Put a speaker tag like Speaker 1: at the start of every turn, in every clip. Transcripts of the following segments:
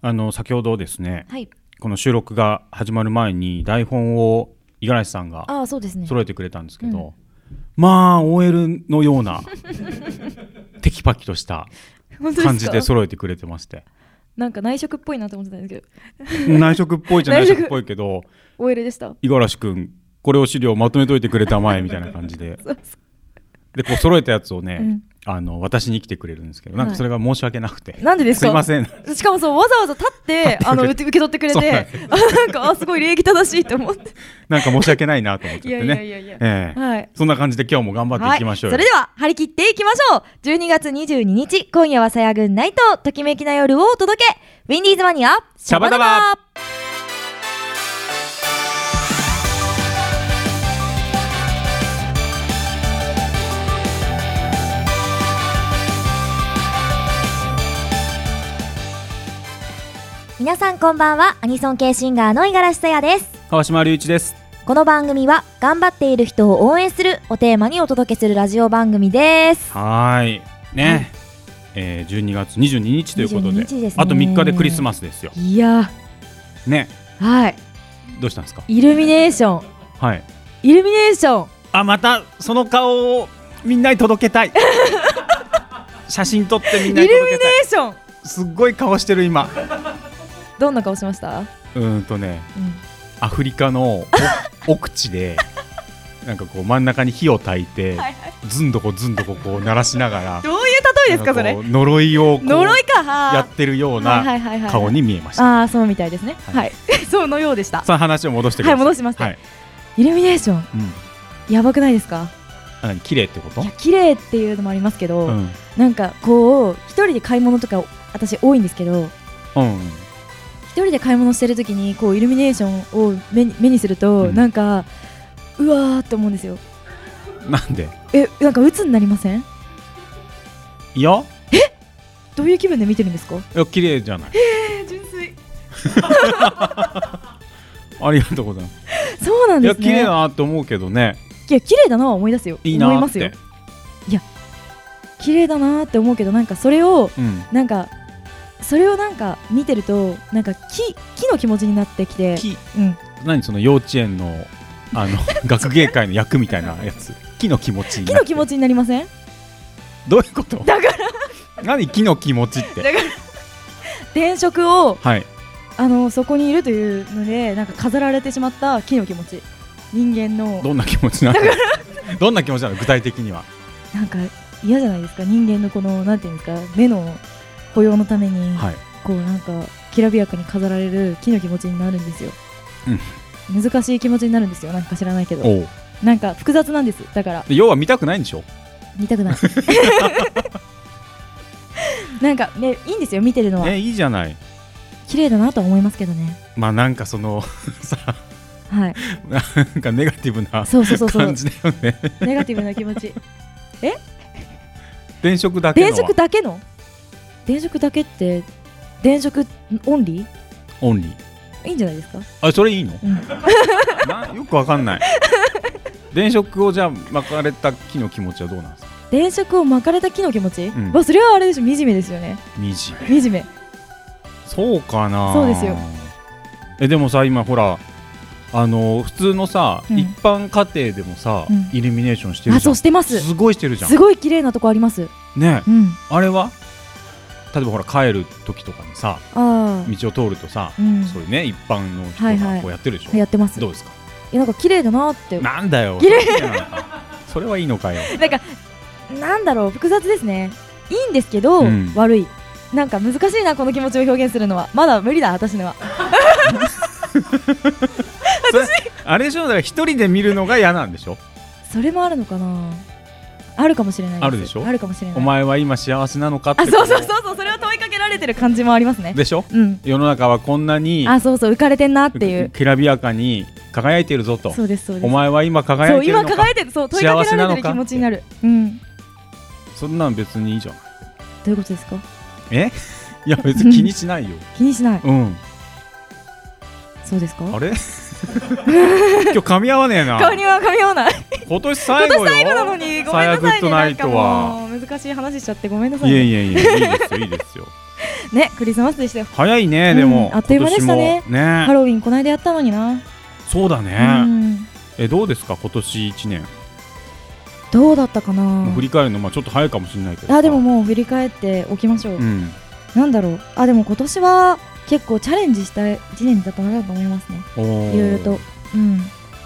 Speaker 1: あの先ほどですね、
Speaker 2: はい。
Speaker 1: この収録が始まる前に台本を五十嵐さんが
Speaker 2: ああ、そうですね。
Speaker 1: 揃えてくれたんですけど、まあ OL のよう なテキパキとした
Speaker 2: 本当
Speaker 1: 感じで
Speaker 2: か
Speaker 1: 揃えてくれてまして
Speaker 2: なんか内職っぽいなと思ってたんですけど、
Speaker 1: 内職っぽいじゃ内
Speaker 2: 内
Speaker 1: 職
Speaker 2: 職
Speaker 1: っぽいけど
Speaker 2: OL でした。
Speaker 1: 五十嵐君これを資料まとめといてくれたまえみたいな感じ ででこう揃えたやつをね、
Speaker 2: うん
Speaker 1: あの私に来てくれるんですけどなんか
Speaker 2: はい
Speaker 1: それが申し訳なくて、
Speaker 2: なんでですか
Speaker 1: すいません
Speaker 2: しかもそうわざわざ立ってあの受け受け取ってくれ
Speaker 1: そうなん
Speaker 2: て
Speaker 1: です
Speaker 2: あ なんかあすごい礼儀正しいと思って
Speaker 1: なんか申し訳ないなと思っちゃってね
Speaker 2: いやいやいやいや
Speaker 1: ええ
Speaker 2: はい
Speaker 1: そんな感じで今日も頑張っていきましょうよ、
Speaker 2: はい、それでは張り切っていきましょう12月22日今夜はさやぐんナイトときめきな夜をお届けウィンディーズマニアシ
Speaker 1: ャバダバ
Speaker 2: 皆さんこんばんはアニソン系シンガーの五十嵐さやです
Speaker 1: 川島隆一です
Speaker 2: この番組は頑張っている人を応援するをテーマにお届けするラジオ番組です
Speaker 1: はーいね、えー、12月22日ということで
Speaker 2: 22日ですね
Speaker 1: あと3日でクリスマスですよ
Speaker 2: いや
Speaker 1: ね
Speaker 2: はい
Speaker 1: どうしたんですか
Speaker 2: イルミネーション
Speaker 1: はい
Speaker 2: イルミネーシ ョン
Speaker 1: あまたその顔をみんなに届け たい写真撮ってみん
Speaker 2: イ
Speaker 1: なに
Speaker 2: ルミネ
Speaker 1: 届けたい
Speaker 2: ーション
Speaker 1: すっごい顔してる今
Speaker 2: どんな顔しました、
Speaker 1: うーんとねアフリカの お奥地でなんかこう真ん中に火を焚いて、
Speaker 2: はい
Speaker 1: ずんどこずんどここう鳴らしながら
Speaker 2: どういう例えですかそ
Speaker 1: なん
Speaker 2: れ
Speaker 1: こう呪いをこう
Speaker 2: 呪いかは
Speaker 1: やってるよう
Speaker 2: は
Speaker 1: ない
Speaker 2: はいはいはい
Speaker 1: 顔に見えました、
Speaker 2: ああそうみたいですね
Speaker 1: は
Speaker 2: はい い、そのようでした
Speaker 1: さあ話を戻してくだ
Speaker 2: はい
Speaker 1: さい
Speaker 2: 戻します、
Speaker 1: はい、
Speaker 2: イルミネーション
Speaker 1: うん
Speaker 2: やばくないですか
Speaker 1: あ何綺麗ってこと
Speaker 2: いや綺麗っていうのもありますけど、
Speaker 1: うん
Speaker 2: なんかこう一人で買い物とか私多いんですけど
Speaker 1: うん
Speaker 2: 一人で買い物してる時にこうイルミネーションを目に目にすると、
Speaker 1: うん
Speaker 2: なんかうわーって思うんですよ
Speaker 1: なんで
Speaker 2: えなんか鬱になりません
Speaker 1: いや
Speaker 2: どういう気分で見てるんですか
Speaker 1: いや綺麗じゃない
Speaker 2: え純粋
Speaker 1: ありがとうございます
Speaker 2: そうなん
Speaker 1: い
Speaker 2: で
Speaker 1: や
Speaker 2: す
Speaker 1: 綺
Speaker 2: ね
Speaker 1: 麗だなって思うけどね
Speaker 2: いや綺麗だなは思い出すよ
Speaker 1: いいな
Speaker 2: 思い
Speaker 1: ー
Speaker 2: ま
Speaker 1: っ
Speaker 2: すよ
Speaker 1: て
Speaker 2: 綺麗だなーって思うけどなんかそれを
Speaker 1: うん
Speaker 2: なんかそれをなんか見てるとなんか木木の気持ちになってきて
Speaker 1: 木
Speaker 2: うん
Speaker 1: 何その幼稚園のあ の学芸会の役みたいなやつ木の気持ち
Speaker 2: 木の気持
Speaker 1: ち
Speaker 2: ちになりません
Speaker 1: どういうこと
Speaker 2: だから
Speaker 1: 何木の気持ちって
Speaker 2: だから電飾を
Speaker 1: はい
Speaker 2: あのそこにいるというのでなんか飾られてしまった木の気持ち人間の
Speaker 1: どんな気持ちなのどんな気持ちなの具体的には
Speaker 2: なんか嫌じゃないですか人間のこのなんていうんですか目の保養のために、
Speaker 1: はい
Speaker 2: こうなんかきらびやかに飾られる木の気持ちになるんですよ、難しい気持ちになるんですよなんか知らないけど
Speaker 1: おう
Speaker 2: なんか複雑なんですだから
Speaker 1: で要は見たくないんでしょ
Speaker 2: 見た くないなんかねいいんですよ見てるのは、
Speaker 1: えいいじゃない
Speaker 2: 綺麗だなとは思いますけどね
Speaker 1: まあなんかそのさ
Speaker 2: はい
Speaker 1: なんかネガティブな
Speaker 2: そうそうそうそう
Speaker 1: 感じだよね
Speaker 2: ネガティブな気持ち
Speaker 1: 電飾だけ
Speaker 2: 電
Speaker 1: のは
Speaker 2: 飾だけの電飾だけって電飾オンリ
Speaker 1: オンリー
Speaker 2: ーいいんじゃないですか、
Speaker 1: あそれいいの
Speaker 2: うん、
Speaker 1: な よくわかん ない電飾をじゃあ巻かれた木の気持ちはどうなんですか
Speaker 2: 電飾を巻かれた木の気持ち、
Speaker 1: ん
Speaker 2: わそれはあれでしょ惨めですよね
Speaker 1: 虹
Speaker 2: 惨め
Speaker 1: そうかな
Speaker 2: そうですよ
Speaker 1: えでもさ今ほらあの普通のさ、
Speaker 2: うん
Speaker 1: 一般家庭でもさ、
Speaker 2: うん
Speaker 1: イルミネーションしてる
Speaker 2: あ
Speaker 1: じゃ
Speaker 2: そ
Speaker 1: ん
Speaker 2: うしてます
Speaker 1: すごいしてるじゃん
Speaker 2: すごい綺麗なとこあります
Speaker 1: ね
Speaker 2: うん
Speaker 1: あれは例えばほら帰る時とかにさ
Speaker 2: あ
Speaker 1: 道を通るとさ、
Speaker 2: あうん
Speaker 1: そういうね一般の人
Speaker 2: はいは
Speaker 1: が
Speaker 2: い
Speaker 1: こうやってるでしょ、
Speaker 2: やってます
Speaker 1: どうですか
Speaker 2: いやなんか綺麗だなって
Speaker 1: なんだよ
Speaker 2: 綺
Speaker 1: なんかそれはいいのかよ
Speaker 2: なんか、なんだろう、複雑ですね。いいんですけど、
Speaker 1: うん
Speaker 2: 悪い。なんか難しいな、この気持ちを表現するのは。まだ無理だ、私のは。
Speaker 1: それあれでしょだから一人で見るのが嫌なんでしょ
Speaker 2: それもあるのかなあるかもしれないす
Speaker 1: あるでしょ
Speaker 2: あるかもしれない。
Speaker 1: お前は今幸せなのかって
Speaker 2: あ、そうそう
Speaker 1: こ
Speaker 2: そうそう、それを問いかけられてる感じもあります
Speaker 1: と
Speaker 2: ね。
Speaker 1: でしょ
Speaker 2: うん。
Speaker 1: 世の中はこんなに
Speaker 2: あ、そうそう、浮かれてんなっていう。
Speaker 1: きらびやかに輝いているぞと
Speaker 2: そうです、そうで
Speaker 1: お
Speaker 2: す。
Speaker 1: 前は今輝
Speaker 2: そ、
Speaker 1: いうている
Speaker 2: 今
Speaker 1: のか
Speaker 2: 輝いてる、そう、問いかけられてる気持ちになる。うん。ど
Speaker 1: そんなん別にいいじゃん
Speaker 2: ういうことですか
Speaker 1: えいや別に気にしないよ
Speaker 2: 気にしない。
Speaker 1: うん
Speaker 2: そうですか
Speaker 1: あれ 今日噛み合わねえな
Speaker 2: 顔には噛み合わない。
Speaker 1: 今年最後よ
Speaker 2: 最後なのに、ごめんなさ
Speaker 1: 最
Speaker 2: い
Speaker 1: 悪と
Speaker 2: ね。
Speaker 1: な
Speaker 2: なん
Speaker 1: い
Speaker 2: か
Speaker 1: とは
Speaker 2: もう、難しい話しちゃってごめんなさい
Speaker 1: い
Speaker 2: ね。
Speaker 1: やいやいやいいですよいいですよ
Speaker 2: ねクリスマスでしたよ
Speaker 1: 早いねでも、
Speaker 2: うんあっという間でしたね
Speaker 1: 今年もね
Speaker 2: ハロウィンこの間やったのにな、
Speaker 1: そうだね、
Speaker 2: うん
Speaker 1: えどうですか今年一年、
Speaker 2: どうだったかな
Speaker 1: もう振り返るのまあちょっと早いかもしれないけどさ
Speaker 2: あでももう振り返っておきましょう、
Speaker 1: うん
Speaker 2: なんだろうあでも今年は結構チャレンジした1年だったなと思いますね
Speaker 1: おー
Speaker 2: いろいろとうん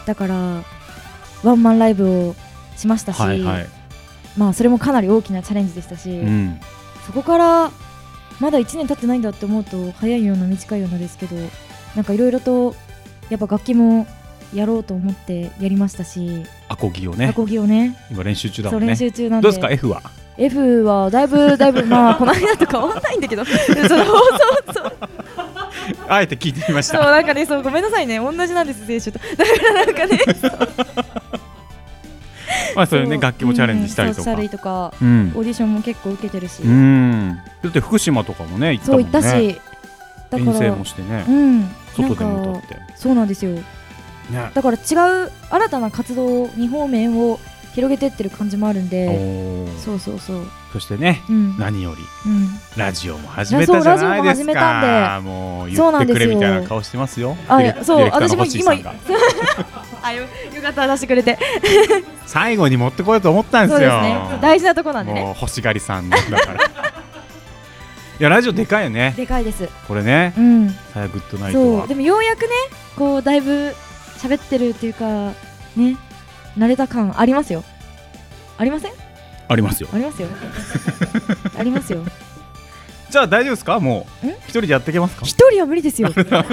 Speaker 2: だからワンマンライブをしましたし、
Speaker 1: はいはい、
Speaker 2: まあそれもかなり大きなチャレンジでしたし、
Speaker 1: うん、
Speaker 2: そこからまだ1年経ってないんだって思うと早いような短いようなですけどなんかいろいろとやっぱ楽器もやろうと思ってやりましたし
Speaker 1: アコギを
Speaker 2: ア
Speaker 1: ね
Speaker 2: コギをね
Speaker 1: 今練習中だ
Speaker 2: そ
Speaker 1: も
Speaker 2: うん
Speaker 1: ね
Speaker 2: 練習中なん
Speaker 1: ど
Speaker 2: で
Speaker 1: うですか F は
Speaker 2: F はだいぶだ いぶまあこの間と変わんないんだけどその
Speaker 1: あえて聞いてみまし
Speaker 2: そう
Speaker 1: た
Speaker 2: なんかねそうごめんなさいね同じなんです選手とだからなんかね
Speaker 1: まあそういうね楽器もチャレンジしたり
Speaker 2: う
Speaker 1: と
Speaker 2: ん
Speaker 1: か
Speaker 2: そうしたりとか
Speaker 1: うん
Speaker 2: オーディションも結構受けてるし、
Speaker 1: うんだって福島とかもね行った
Speaker 2: そ
Speaker 1: も
Speaker 2: うん行
Speaker 1: ね
Speaker 2: ったしだから
Speaker 1: 遠征もしてね
Speaker 2: うん
Speaker 1: 外でも
Speaker 2: な
Speaker 1: 歌
Speaker 2: ん
Speaker 1: っ
Speaker 2: か
Speaker 1: て
Speaker 2: そうなんですよ
Speaker 1: ね
Speaker 2: だから違う新たな活動に方面を広げてってる感じもあるんで
Speaker 1: おー
Speaker 2: そうそうそう
Speaker 1: そしてね
Speaker 2: うん、うん、
Speaker 1: 何よりラジオも始め
Speaker 2: いやそ
Speaker 1: た
Speaker 2: う
Speaker 1: じゃないで
Speaker 2: ラジ
Speaker 1: す
Speaker 2: オも始めた
Speaker 1: かもう
Speaker 2: そ
Speaker 1: 言
Speaker 2: うな
Speaker 1: っ
Speaker 2: ん
Speaker 1: て
Speaker 2: で
Speaker 1: く
Speaker 2: す
Speaker 1: れ
Speaker 2: よ
Speaker 1: みたいな顔してますよ
Speaker 2: あ
Speaker 1: デ
Speaker 2: い
Speaker 1: ィレ
Speaker 2: やそう
Speaker 1: ディレクターの
Speaker 2: 私も
Speaker 1: 星井さ
Speaker 2: 今
Speaker 1: んが
Speaker 2: あよよかった出してくれて
Speaker 1: 最後に持ってこようと思ったんで
Speaker 2: そ
Speaker 1: す
Speaker 2: うです
Speaker 1: よ
Speaker 2: ね大事なとこなんで
Speaker 1: も
Speaker 2: ね
Speaker 1: う欲しがりさんなんだから いやラジオでかいよね
Speaker 2: でかいです
Speaker 1: これね
Speaker 2: うん
Speaker 1: 「さやグッドナイト
Speaker 2: そ
Speaker 1: は
Speaker 2: うでもようやくねこうだいぶ喋ってるっていうかね慣れた感ありますよありません
Speaker 1: ありますよ
Speaker 2: あ りますよありますよ
Speaker 1: じゃあ大丈夫ですかもうん一人でやっていけますか
Speaker 2: 一人は無理ですよ一人は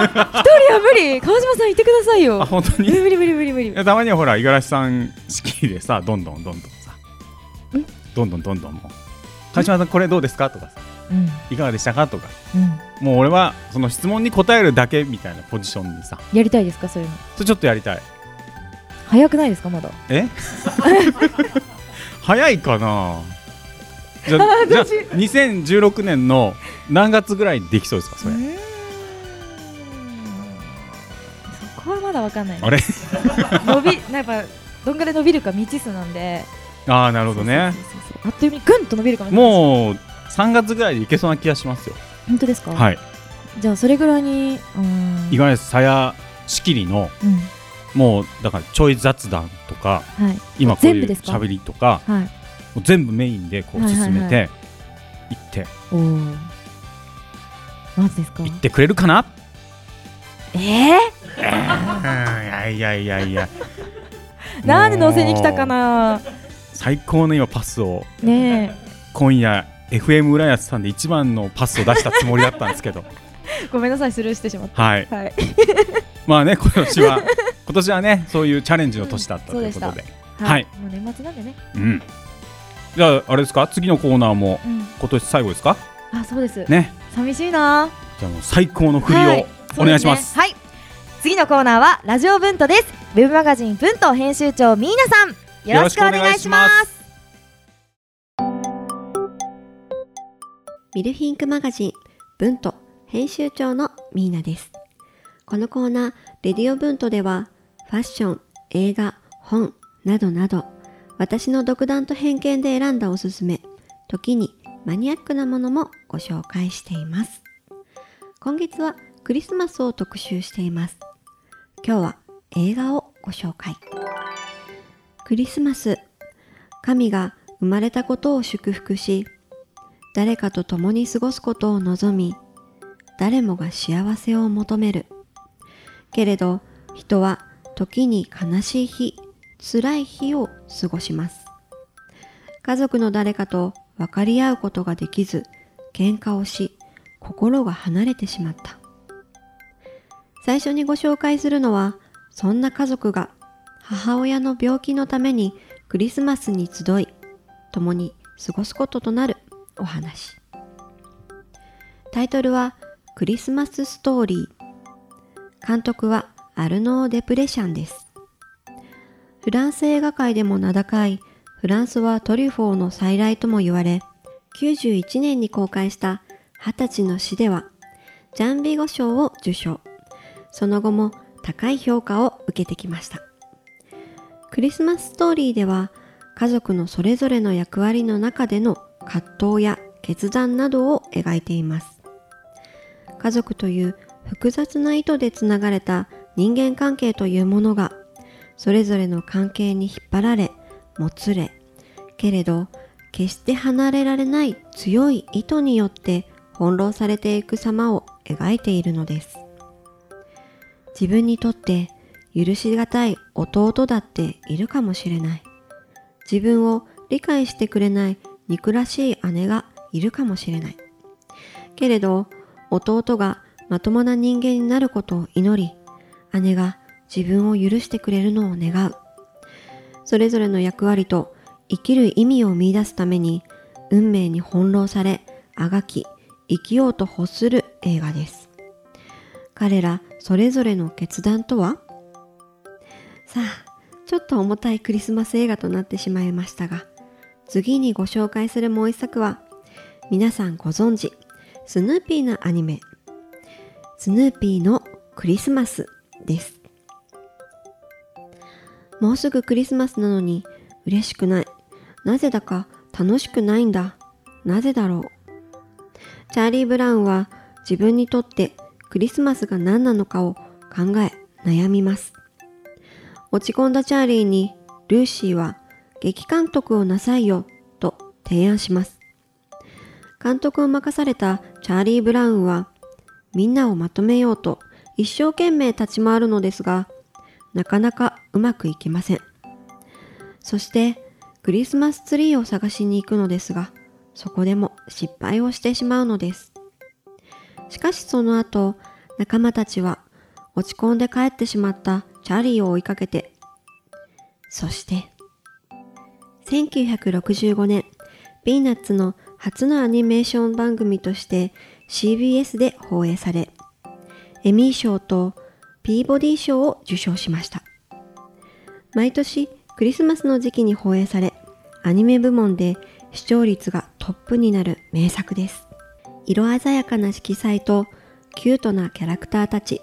Speaker 2: 無理川島さんいてください
Speaker 1: あ
Speaker 2: よ
Speaker 1: 本当
Speaker 2: 無
Speaker 1: にい
Speaker 2: 理無理無理無理無理
Speaker 1: やたまにはほら五十嵐さん式でさどんどんどんどんさ
Speaker 2: ん
Speaker 1: どんどんどんどんもう川島さんこれどうですかとかさ
Speaker 2: うん
Speaker 1: いかがでしたかとか
Speaker 2: うん
Speaker 1: もう俺はその質問に答えるだけみたいなポジションにさ
Speaker 2: やりたいですかそういうの
Speaker 1: それちょっとやりたい
Speaker 2: 早くないですかまだ
Speaker 1: え 早いかなじゃあ
Speaker 2: あ
Speaker 1: じゃあ
Speaker 2: 私
Speaker 1: 2016年の何月ぐらいにできそうですかそれ
Speaker 2: うーんそこはまだわかんないな
Speaker 1: あれ
Speaker 2: 伸びなんかやっぱどんぐらい伸びるか未知数なんで
Speaker 1: ああなるほどね
Speaker 2: そうそうそうそうあっという間にぐんと伸びるかもしれないです
Speaker 1: もう3月ぐらいでいけそうな気がしますよ
Speaker 2: 本当ですか
Speaker 1: はい
Speaker 2: じゃあそれぐらいにうーん
Speaker 1: 意外ですさやしきりの
Speaker 2: うん
Speaker 1: もうだからちょい雑談とか
Speaker 2: はい
Speaker 1: 今こう
Speaker 2: 全
Speaker 1: い
Speaker 2: 部
Speaker 1: う
Speaker 2: ですか
Speaker 1: 喋りとか
Speaker 2: はい
Speaker 1: もう全部メインでこう
Speaker 2: はいはいはい
Speaker 1: 進めていって
Speaker 2: おおマジですか
Speaker 1: いってくれるかな
Speaker 2: え
Speaker 1: うんいやいやいやいや
Speaker 2: ー、 なんで乗せに来たか
Speaker 1: もう
Speaker 2: な
Speaker 1: 最高の今パスを
Speaker 2: ね
Speaker 1: 今夜 FM 浦安さんで一番のパスを出したつもりだったんですけ ど
Speaker 2: えごめんなさいスルーしてしまっ
Speaker 1: はい
Speaker 2: たはい
Speaker 1: まあね今年は 今年はねそういうチャレンジの年だったということ
Speaker 2: うんそう
Speaker 1: で
Speaker 2: で
Speaker 1: はい
Speaker 2: もう年末なんでね
Speaker 1: うんじゃああれですか次のコーナーも
Speaker 2: うん
Speaker 1: 今年最後ですか
Speaker 2: あそうです
Speaker 1: ね
Speaker 2: 寂しいな
Speaker 1: じゃあもう最高の振り
Speaker 2: は
Speaker 1: を
Speaker 2: い
Speaker 1: お願いします
Speaker 2: そうでねはい次のコーナーはラジオブントですウェブマガジンブント編集長ミーナさんよろしくお願いします
Speaker 3: ミルフィンクマガジン文と編集長のミーナです。このコーナー、レディオ文とでは、ファッション、映画、本などなど、私の独断と偏見で選んだおすすめ、時にマニアックなものもご紹介しています。今月はクリスマスを特集しています。今日は映画をご紹介。クリスマス。神が生まれたことを祝福し、誰かと共に過ごすことを望み誰もが幸せを求めるけれど人は時に悲しい日辛い日を過ごします家族の誰かと分かり合うことができず喧嘩をし心が離れてしまった最初にご紹介するのはそんな家族が母親の病気のためにクリスマスに集い共に過ごすこととなるお話タイトルは「クリスマスストーリー」監督はアルノー・デプレシャンですフランス映画界でも名高いフランスはトリュフォーの再来とも言われ91年に公開した「二十歳の死」ではジャンビゴ賞を受賞その後も高い評価を受けてきましたクリスマスストーリーでは家族のそれぞれの役割の中での葛藤や決断などを描いています家族という複雑な意図でつながれた人間関係というものがそれぞれの関係に引っ張られもつれけれど決して離れられない強い意図によって翻弄されていく様を描いているのです自分にとって許しがたい弟だっているかもしれない自分を理解してくれない憎らしい姉がいるかもしれないけれど弟がまともな人間になることを祈り姉が自分を許してくれるのを願うそれぞれの役割と生きる意味を見出すために運命に翻弄されあがき生きようと欲する映画です彼らそれぞれの決断とはさあちょっと重たいクリスマス映画となってしまいましたが次にご紹介するもう一作は皆さんご存知スヌーピーなアニメ「スヌーピーのクリスマス」ですもうすぐクリスマスなのに嬉しくないなぜだか楽しくないんだなぜだろうチャーリー・ブラウンは自分にとってクリスマスが何なのかを考え悩みます落ち込んだチャーリーにルーシーは劇監督をなさいよと提案します監督を任されたチャーリー・ブラウンはみんなをまとめようと一生懸命立ち回るのですがなかなかうまくいきませんそしてクリスマスツリーを探しに行くのですがそこでも失敗をしてしまうのですしかしその後仲間たちは落ち込んで帰ってしまったチャーリーを追いかけてそして1965年ピーナッツの初のアニメーション番組として CBS で放映されエミー賞とピーボディ賞を受賞しました毎年クリスマスの時期に放映されアニメ部門で視聴率がトップになる名作です色鮮やかな色彩とキュートなキャラクターたち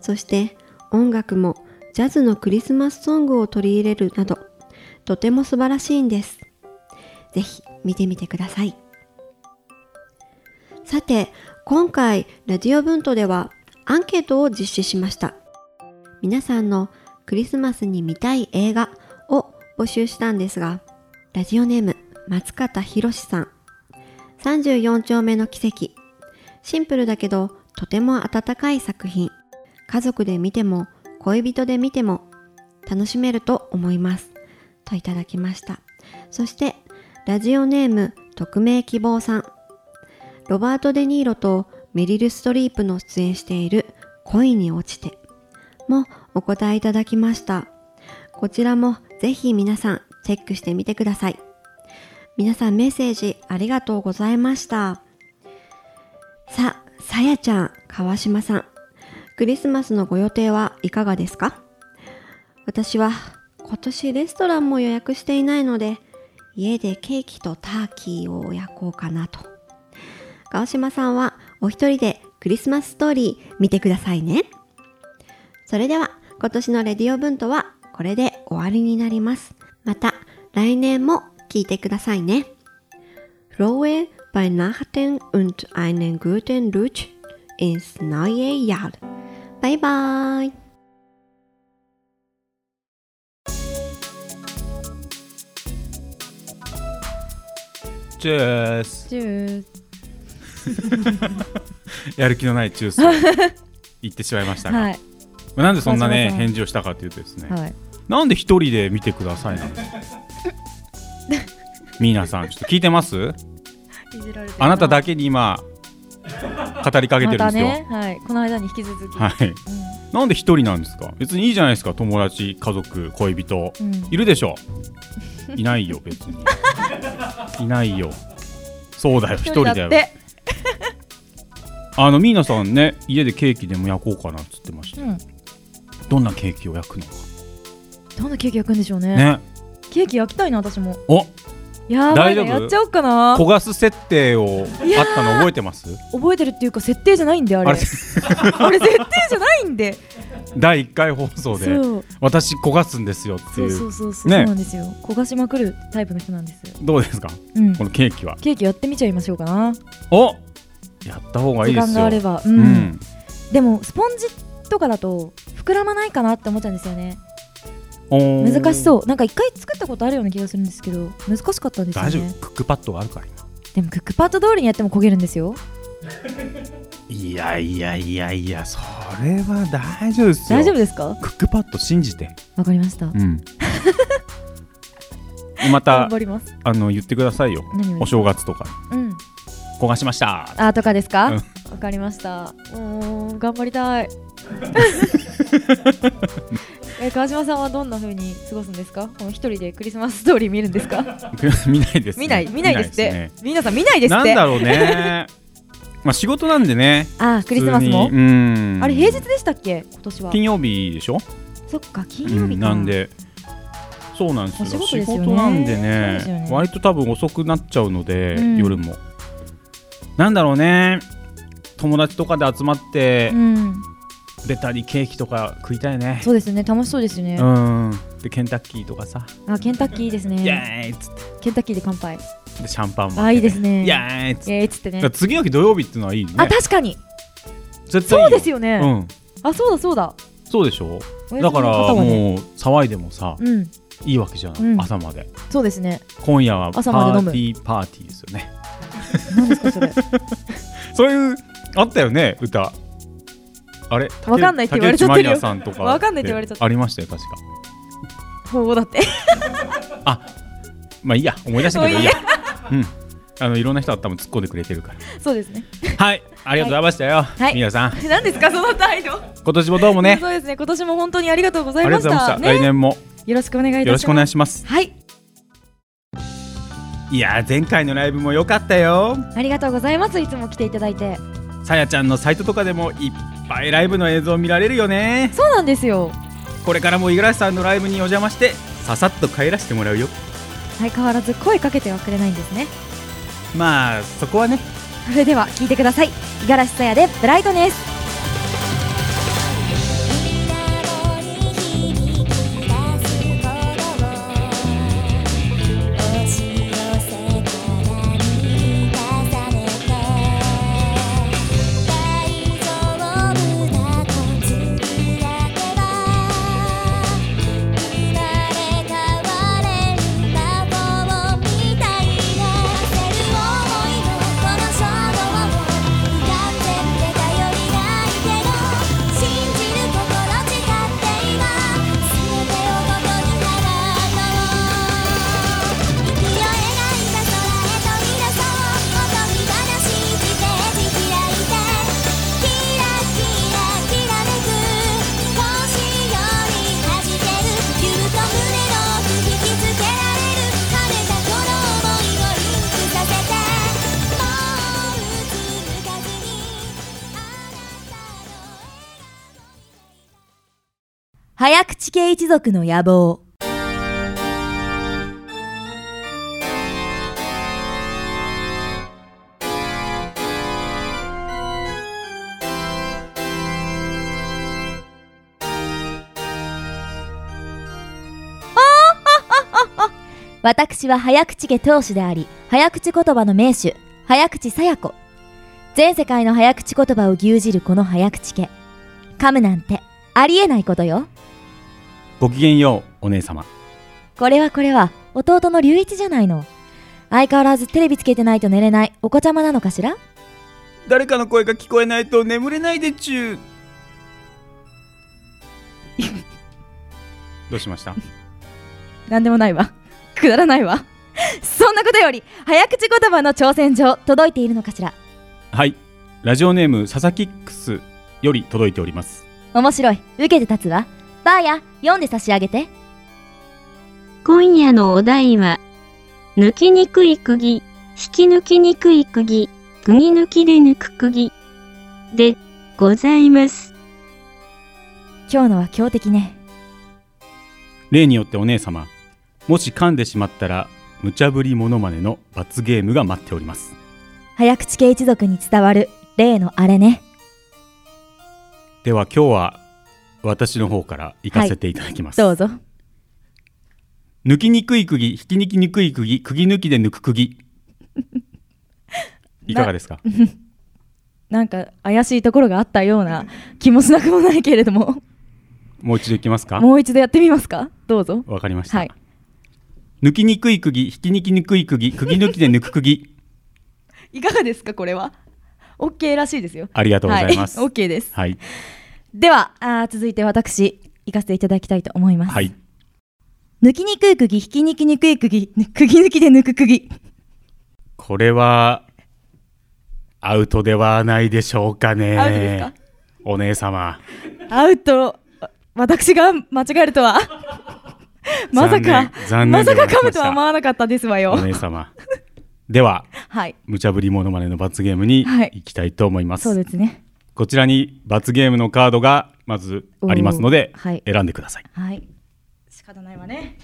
Speaker 3: そして音楽もジャズのクリスマスソングを取り入れるなどとても素晴らしいんですぜひ見てみてくださいさて今回ラジオ文とではアンケートを実施しました皆さんのクリスマスに見たい映画を募集したんですがラジオネーム松方博さん34丁目の奇跡シンプルだけどとても温かい作品家族で見ても恋人で見ても楽しめると思いますといただきましたそしてラジオネーム匿名希望さんロバート・デ・ニーロとメリル・ストリープの出演している恋に落ちてもお答えいただきましたこちらもぜひ皆さんチェックしてみてください皆さんメッセージありがとうございましたさあさやちゃん川島さんクリスマスのご予定はいかがですか私は今年レストランも予約していないので家でケーキとターキーを焼こうかなと川島さんはお一人でクリスマスストーリー見てくださいねそれでは今年のレディオブントはこれで終わりになりますまた来年も聞いてくださいね Frohe Weihnachten und einen guten Rutsch ins neue Jahr バイバイ
Speaker 1: チュース
Speaker 2: チュー
Speaker 1: やる気のないチュース を言ってしまいましたが、
Speaker 2: はい
Speaker 1: まあなんでそんなね
Speaker 2: 川島さん
Speaker 1: 返事をしたかというとですね、
Speaker 2: はい
Speaker 1: なんで一人で見てください なんですかミーナさんちょっと聞いてます
Speaker 2: いじられてる
Speaker 1: あなただけに今語りかけてるんですよ、
Speaker 2: またね、はい、この間に引き続き、
Speaker 1: はいなんで一人なんですか別にいいじゃないですか友達家族恋人
Speaker 2: うんうん
Speaker 1: いるでしょいないよ別にいないよそうだよ一人だよ
Speaker 2: って、
Speaker 1: あのミーナさんね家でケーキでも焼こうかなっつってました、
Speaker 2: うん、
Speaker 1: どんなケーキを焼くのか
Speaker 2: どんなケーキ焼くんでしょうね
Speaker 1: ね
Speaker 2: ケーキ焼きたいな私も
Speaker 1: お
Speaker 2: やばい
Speaker 1: 大丈
Speaker 2: な
Speaker 1: 夫
Speaker 2: やっちゃおうかな
Speaker 1: 焦がす設定を
Speaker 2: いや
Speaker 1: あったの覚えてます
Speaker 2: 覚えてるっていうか設定じゃないんであ
Speaker 1: あ
Speaker 2: れ
Speaker 1: れ
Speaker 2: あれ設定じゃないんで
Speaker 1: 第1回放送で
Speaker 2: そう
Speaker 1: 私焦がすんですよって
Speaker 2: そ
Speaker 1: いうう
Speaker 2: そうそうそう、
Speaker 1: ね
Speaker 2: そうなんですよ焦がしまくるタイプの人なんですよ
Speaker 1: どうですか
Speaker 2: うん
Speaker 1: このケーキは
Speaker 2: ケーキやってみちゃいましょうかな
Speaker 1: おやった方がい
Speaker 4: 時
Speaker 1: いですよ
Speaker 4: 間があれば、う
Speaker 1: うんん、
Speaker 4: でもスポンジとかだと膨らまないかなって思っちゃうんですよね
Speaker 1: おー
Speaker 4: 難しそうなんか一回作ったことあるような気がするんですけど難しかったんですよ
Speaker 1: 大丈
Speaker 4: ね
Speaker 1: 夫クックパッドがあるから今
Speaker 4: でもクックパッド通りにやっても焦げるんですよ
Speaker 1: いやいやいやいやそれは大丈夫ですよ
Speaker 4: 大丈夫ですか
Speaker 1: クックパッド信じて
Speaker 4: わかりました、
Speaker 1: うん また
Speaker 4: 頑張ります
Speaker 1: あの言ってくださいよ
Speaker 4: 何を
Speaker 1: お正月とか
Speaker 4: うん
Speaker 1: 焦がしました
Speaker 4: あとかですか
Speaker 1: うん
Speaker 4: わ、かりましたもう頑張 りたいえ川島さんはどんな風に過ごすんですかこの一人でクリスマスストーリー見るんですか
Speaker 1: 見ないですね
Speaker 4: 見ない見ないですっ
Speaker 1: 見な
Speaker 4: て皆さん見ないです
Speaker 1: な
Speaker 4: っ
Speaker 1: ん
Speaker 4: て
Speaker 1: だろう ねまあ仕事なんで ね
Speaker 4: あクリスマス
Speaker 1: 普
Speaker 4: も
Speaker 1: 通にうん
Speaker 4: あれ平日でしたっけ今年は
Speaker 1: 金曜日でしょ
Speaker 4: そっか金
Speaker 1: う
Speaker 4: 曜
Speaker 1: ん
Speaker 4: 日か、
Speaker 1: なんでそうなんですよ
Speaker 4: お仕事ですよね
Speaker 1: 仕事なんで
Speaker 4: そう
Speaker 1: ね
Speaker 4: ですよね
Speaker 1: 割と多分遅くなっちゃうので、
Speaker 4: うん
Speaker 1: 夜もなんだろうね友達とかで集まって
Speaker 4: うん
Speaker 1: 出たりケーキとか食いたいね
Speaker 4: そうですね楽しそうですね、
Speaker 1: うんでケンタッキーとかさ、
Speaker 4: あケンタッキーいいです
Speaker 1: イエ
Speaker 4: ね
Speaker 1: ーイっつっ
Speaker 4: ケンタッキーで乾杯
Speaker 1: てでシャンパンも開けて
Speaker 4: あいいですね
Speaker 1: イエーイっつって
Speaker 4: えー、っつってね
Speaker 1: だから次の日土曜日っていうのはいいね
Speaker 4: あ確かに
Speaker 1: 絶対い
Speaker 4: そ
Speaker 1: いう
Speaker 4: ですよね、
Speaker 1: うん
Speaker 4: あそうだそうだ
Speaker 1: そうでしょ
Speaker 4: お休み
Speaker 1: だ
Speaker 4: の
Speaker 1: から
Speaker 4: 方はね
Speaker 1: もう騒いでもさ
Speaker 4: うん
Speaker 1: いいわけじゃない、
Speaker 4: うん
Speaker 1: 朝まで
Speaker 4: そうですね
Speaker 1: 今夜はパ
Speaker 4: 朝まで飲む
Speaker 1: ーティーパーティーですよね
Speaker 4: 何ですか それ
Speaker 1: そういうあったよね歌あれ
Speaker 4: わかんないって言われちゃって
Speaker 1: 竹内まり
Speaker 4: るよ
Speaker 1: やさんとか
Speaker 4: わかんないって言われちゃって
Speaker 1: ありましたよ確か
Speaker 4: ほぼだって
Speaker 1: まあいいや思い出したけど
Speaker 4: もう
Speaker 1: い
Speaker 4: い
Speaker 1: い
Speaker 4: い
Speaker 1: や
Speaker 4: や
Speaker 1: うんあのいろんな人は多分突っ込んでくれてるから
Speaker 4: そうですね
Speaker 1: はいありがとうございましたよ、
Speaker 4: はい
Speaker 1: 皆さん
Speaker 4: 何ですかその態度
Speaker 1: 今年もどうもね
Speaker 4: そうですね今年も本当にありがとうござ
Speaker 1: あ
Speaker 4: い
Speaker 1: りがと
Speaker 4: ま
Speaker 1: う
Speaker 4: し
Speaker 1: ございましたた、
Speaker 4: ね
Speaker 1: 来年も
Speaker 4: よろしくお願いいたします
Speaker 1: よろしくお願いします
Speaker 4: はい
Speaker 1: いやー前回のライブも良かったよ
Speaker 4: ありがとうございますいつも来ていただいて
Speaker 1: さやちゃんのサイトとかでもいっぱいライブの映像見られるよね
Speaker 4: そうなんですよ
Speaker 1: これからも五十嵐さんのライブにお邪魔してささっと帰らせてもらうよ
Speaker 4: 相変わらず声かけてはくれないんですね
Speaker 1: まあそこはね
Speaker 4: それでは聞いてください五十嵐さやでブライトネス早口系一族の野望
Speaker 2: 私は早口家当主であり早口言葉の名手早口さや子全世界の早口言葉を牛耳るこの早口家噛むなんてありえないことよ
Speaker 1: ごきげんようお姉様
Speaker 2: これはこれは弟の隆一じゃないの相変わらずテレビつけてないと寝れないお子ちゃまなのかしら
Speaker 1: 誰かの声が聞こえないと眠れないでちゅう どうしました
Speaker 2: なんでもないわ くだらないわそんなことより早口言葉の挑戦状届いているのかしら
Speaker 1: はいラジオネームササキックスより届いております
Speaker 2: 面白い受けて立つわばあや読んで差し上げて
Speaker 5: 今夜のお題は、抜きにくい釘、引き抜きにくい釘、釘抜きで抜く釘、で、ございます。
Speaker 2: 今日のは強敵ね
Speaker 1: 例によってお姉様もし噛んでしまったら無茶ぶりモノマネの罰ゲームが待っております
Speaker 2: 早口系一族に伝わる例のあれね
Speaker 1: では今日は私の方から行かせていただきます、
Speaker 2: どうぞ
Speaker 1: 抜きにくい釘引き抜きに くい釘釘抜きで抜く釘いかがですか
Speaker 2: なんか怪しいところがあったような気もしなくもないけれども
Speaker 1: もう一度いきますか
Speaker 2: もう一度やってみますかどうぞ
Speaker 1: わかりました、
Speaker 2: はい
Speaker 1: 抜きにくい釘引きにきにくい釘釘抜きで抜く釘
Speaker 2: いかがですかこれは OK らしいですよ
Speaker 1: ありがとうございます
Speaker 2: はい、OK です
Speaker 1: はい
Speaker 2: ではあー続いて私行かせていただきたいと思います、
Speaker 1: はい
Speaker 6: 抜きにくい釘、引きにきにくい釘、ぬ釘抜きで抜く釘。
Speaker 1: これはアウトではないでしょうかね
Speaker 2: アウトですか
Speaker 1: お姉様
Speaker 2: アウト私が間違えると はま
Speaker 1: 残
Speaker 2: さかま
Speaker 1: 念残念で
Speaker 2: さ
Speaker 1: ございまし
Speaker 2: か
Speaker 1: た
Speaker 2: 噛むとは思わなかったですわよ
Speaker 1: お姉様では
Speaker 2: はい
Speaker 1: 無茶ぶりモノマネの罰ゲームに
Speaker 2: はい
Speaker 1: 行きたいと思います、
Speaker 2: そうですね
Speaker 1: こちらに罰ゲームのカードがまずありますので
Speaker 2: おーはい
Speaker 1: 選んでください
Speaker 2: はい仕方ないわね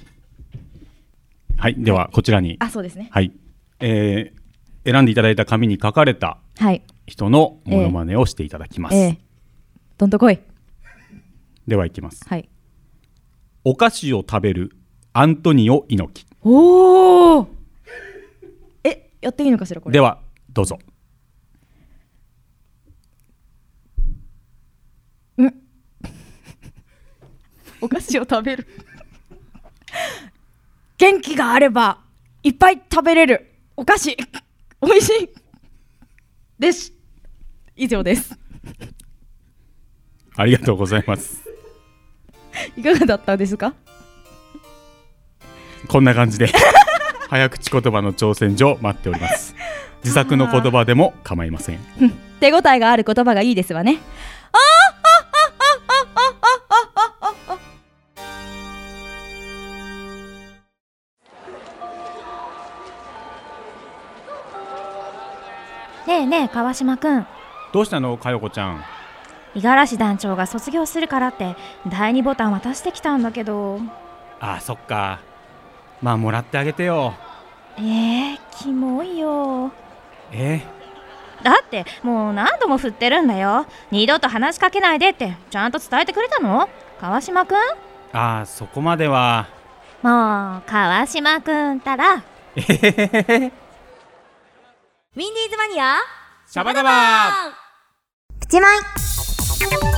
Speaker 1: はいではこちらに
Speaker 2: あそうですね
Speaker 1: はい、えー選んでいただいた紙に書かれた
Speaker 2: はい
Speaker 1: 人のモノマネをしていただきます、
Speaker 2: ええどんとこい
Speaker 1: ではいきます
Speaker 2: はい
Speaker 1: お菓子を食べるアントニオ猪
Speaker 2: おおえやっていいのかしらこ
Speaker 1: 木
Speaker 2: れ
Speaker 1: ではどうぞ
Speaker 2: お菓子を食べる元気があればいっぱい食べれるお菓子おいしいです以上です
Speaker 1: ありがとうございます
Speaker 2: いかがだったですか
Speaker 1: こんな感じ で早口言葉の挑戦状待っております自作の言葉でも構いません
Speaker 2: 手応えがある言葉がいいですわね
Speaker 6: ねえねえ、川島くん。
Speaker 1: どうしたのかよこちゃん
Speaker 6: 五十嵐団長が卒業するからって、第二ボタン渡してきたんだけど。
Speaker 1: あそっかまあもらってあげてよ
Speaker 6: えー、キモいよ。
Speaker 1: え
Speaker 6: だって、もう何度も振ってるんだよ。二度と話しかけないでって、ちゃんと伝えてくれたの川島くん
Speaker 1: ああそこまでは
Speaker 6: もう、川島くんたら。ウィン
Speaker 1: えへへへへ
Speaker 6: ディーズマニア
Speaker 1: シャバダバー
Speaker 6: プチマイ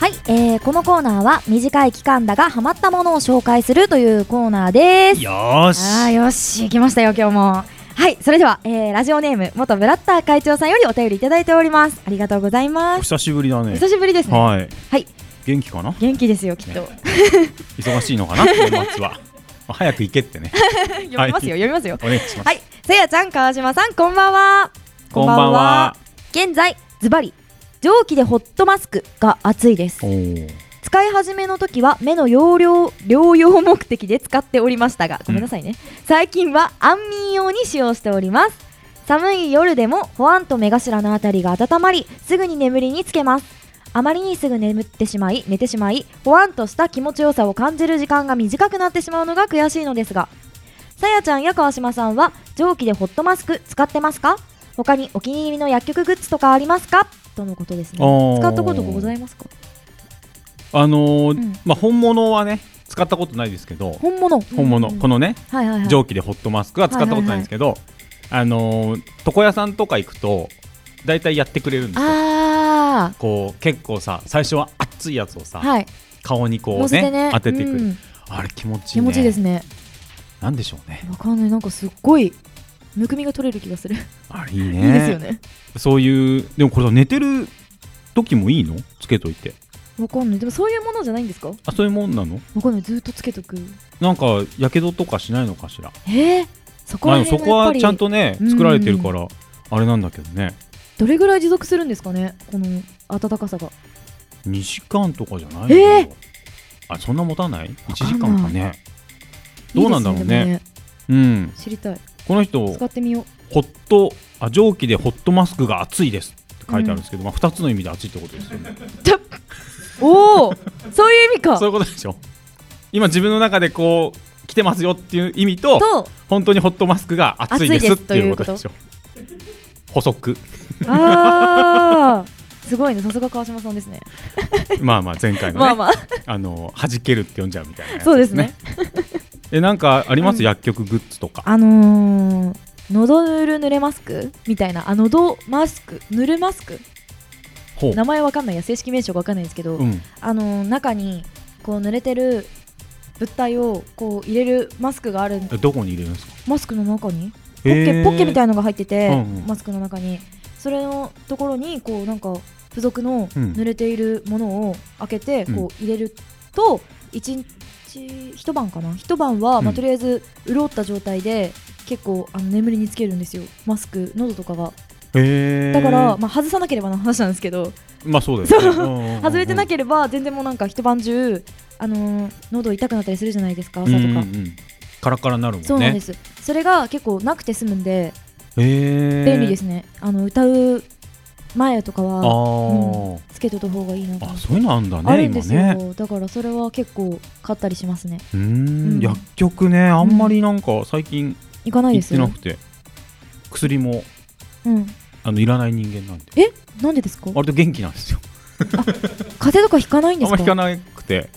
Speaker 6: はい、えー、このコーナーは短い期間だがハマったものを紹介するというコーナーです
Speaker 1: よー
Speaker 2: あー
Speaker 1: し
Speaker 2: よし行きましたよ今日もはいそれでは、えーラジオネーム元ブラッター会長さんよりお便りいただいておりますありがとうござい
Speaker 1: お
Speaker 2: ます
Speaker 1: 久しぶりだね
Speaker 2: 久しぶりですね、
Speaker 1: はい
Speaker 2: はい
Speaker 1: 元気かな
Speaker 2: 元気ですよきっと、
Speaker 1: 忙しいのかな年末 は早く行けってね
Speaker 2: 読みますよ、
Speaker 1: は
Speaker 2: 読みますよ
Speaker 1: お願いします、
Speaker 2: はいせいやちゃん川島さんこんばんは
Speaker 1: こんばんは
Speaker 2: 現在ズバリ蒸気でホットマスクが熱いです
Speaker 1: おー
Speaker 2: 使い始めの時は目の容量療養目的で使っておりましたがごめんなさいね、最近は安眠用に使用しております寒い夜でもほわんと目頭のあたりが温まりすぐに眠りにつけますあまりにすぐ眠ってしまい寝てしまいほわんとした気持ちよさを感じる時間が短くなってしまうのが悔しいのですがさやちゃんや川島さんは蒸気でホットマスク使ってますか他にお気に入りの薬局グッズとかありますかとのことですね
Speaker 1: おー
Speaker 2: 使ったことございますか
Speaker 1: あのー
Speaker 2: うん
Speaker 1: まあ本物はね使ったことないですけど
Speaker 2: 本物
Speaker 1: 本物、
Speaker 2: うん
Speaker 1: このね
Speaker 2: はいはいはい
Speaker 1: 蒸気でホットマスクは使ったことないんですけど、あのー床屋さんとか行くと大体やってくれるんですよ
Speaker 2: あ
Speaker 1: こう結構さ最初は熱いやつをさ、
Speaker 2: あ、はい、
Speaker 1: 顔にこう
Speaker 2: 乗せ
Speaker 1: ね
Speaker 2: てね、
Speaker 1: 当ててくる、
Speaker 2: うん
Speaker 1: あれ気持ちいい
Speaker 2: 気
Speaker 1: ね
Speaker 2: 持ちいいですね。
Speaker 1: なんでしょうね
Speaker 2: わかんない、なんかすっごいむくみが取れる気がする。
Speaker 1: あれいいね
Speaker 2: いいですよね。
Speaker 1: そういうでもこれさ寝てる時もいいのつけといて
Speaker 2: わかんない、でもそういうものじゃないんですか。わ
Speaker 1: あそういうもんなの
Speaker 2: かんない、ずっとつけとく。
Speaker 1: なんかやけどとかしないのかしら
Speaker 2: えー、そこ
Speaker 1: まあ
Speaker 2: ら
Speaker 1: でもそ
Speaker 2: 辺
Speaker 1: こ
Speaker 2: はやっぱ
Speaker 1: は
Speaker 2: り
Speaker 1: ちゃんとね
Speaker 2: うん
Speaker 1: 作られてるからあれなんだけどね
Speaker 2: どれぐらい持続するんですかね、この暖かさが。
Speaker 1: 2時間とかじゃないの
Speaker 2: えー
Speaker 1: あそんな持たない ?1 時
Speaker 2: かんな
Speaker 1: 間
Speaker 2: い
Speaker 1: かねどうなんだろうね
Speaker 2: いいです
Speaker 1: うん
Speaker 2: 知りたい、
Speaker 1: この人
Speaker 2: 使ってみよう。
Speaker 1: ホットあ蒸気でホットマスクが熱いですって書いてあるんですけど、まあ2つの意味で熱いってことですよね
Speaker 2: たおお、そういう意味か。
Speaker 1: そういうことでしょ今自分の中でこう来てますよっていう意味と
Speaker 2: と、
Speaker 1: 本当にホットマスクが熱いで
Speaker 2: 熱
Speaker 1: す
Speaker 2: い
Speaker 1: っ
Speaker 2: です
Speaker 1: ていうことでしょ補足
Speaker 2: ああ、すごいね、さすが川島さんですね。
Speaker 1: まあまあ前回のね
Speaker 2: まあまあ、
Speaker 1: あの弾けるって呼んじゃうみたいなやつ
Speaker 2: そうですね。
Speaker 1: えなんかあります、
Speaker 2: うん
Speaker 1: 薬局グッズとか
Speaker 2: あのー、喉ぬるぬれマスクみたいなあ喉マスクぬるマスク
Speaker 1: ほう
Speaker 2: 名前わかんないや正式名称がわかんないですけど、
Speaker 1: うん
Speaker 2: あのー中にこう濡れてる物体をこう入れるマスクがある
Speaker 1: えどこに入れるんですか
Speaker 2: マスクの中に
Speaker 1: ポ
Speaker 2: ポッケポッケみた
Speaker 1: い
Speaker 2: いのが入ってて、
Speaker 1: うんうん
Speaker 2: マスクの中にそれのところにこうなんか付属の
Speaker 1: うん
Speaker 2: 濡れているものを開けて
Speaker 1: うん
Speaker 2: こう入れると一日一晩かな一晩は、
Speaker 1: うん
Speaker 2: まあ、とりあえず潤った状態で結構あの眠りにつけるんですよマスク喉とかが
Speaker 1: へー
Speaker 2: だから、まあ、外さなければの話なんですけど
Speaker 1: まあそうだよねうんうんうん
Speaker 2: 外れてなければ全然もうなんか一晩中あのー喉痛くなったりするじゃないですか
Speaker 1: う
Speaker 2: 朝
Speaker 1: ん
Speaker 2: と
Speaker 1: う
Speaker 2: か、
Speaker 1: んうんカラカラになるもんね
Speaker 2: そうなんです、それが結構なくて済むんで
Speaker 1: へー
Speaker 2: 便利ですね、あの歌う前とか
Speaker 1: あ
Speaker 2: は
Speaker 1: ー
Speaker 2: つけといた方がいいなと
Speaker 1: あ
Speaker 2: 思って
Speaker 1: そういうのあんだね
Speaker 2: あるん
Speaker 1: 今
Speaker 2: ですよ、
Speaker 1: ね
Speaker 2: だからそれは結構買ったりしますね
Speaker 1: うーん
Speaker 2: うん
Speaker 1: 薬局ねあんまりなんか最近
Speaker 2: 行かないで
Speaker 1: 行っ
Speaker 2: す
Speaker 1: てな
Speaker 2: よ
Speaker 1: くて薬も
Speaker 2: うん
Speaker 1: あのいらない人間なんで
Speaker 2: えなんでですか
Speaker 1: 割と元気なんですよ
Speaker 2: 風邪とかひかないん
Speaker 1: あ
Speaker 2: で
Speaker 1: ん
Speaker 2: す
Speaker 1: ま
Speaker 2: か
Speaker 1: 引かなくて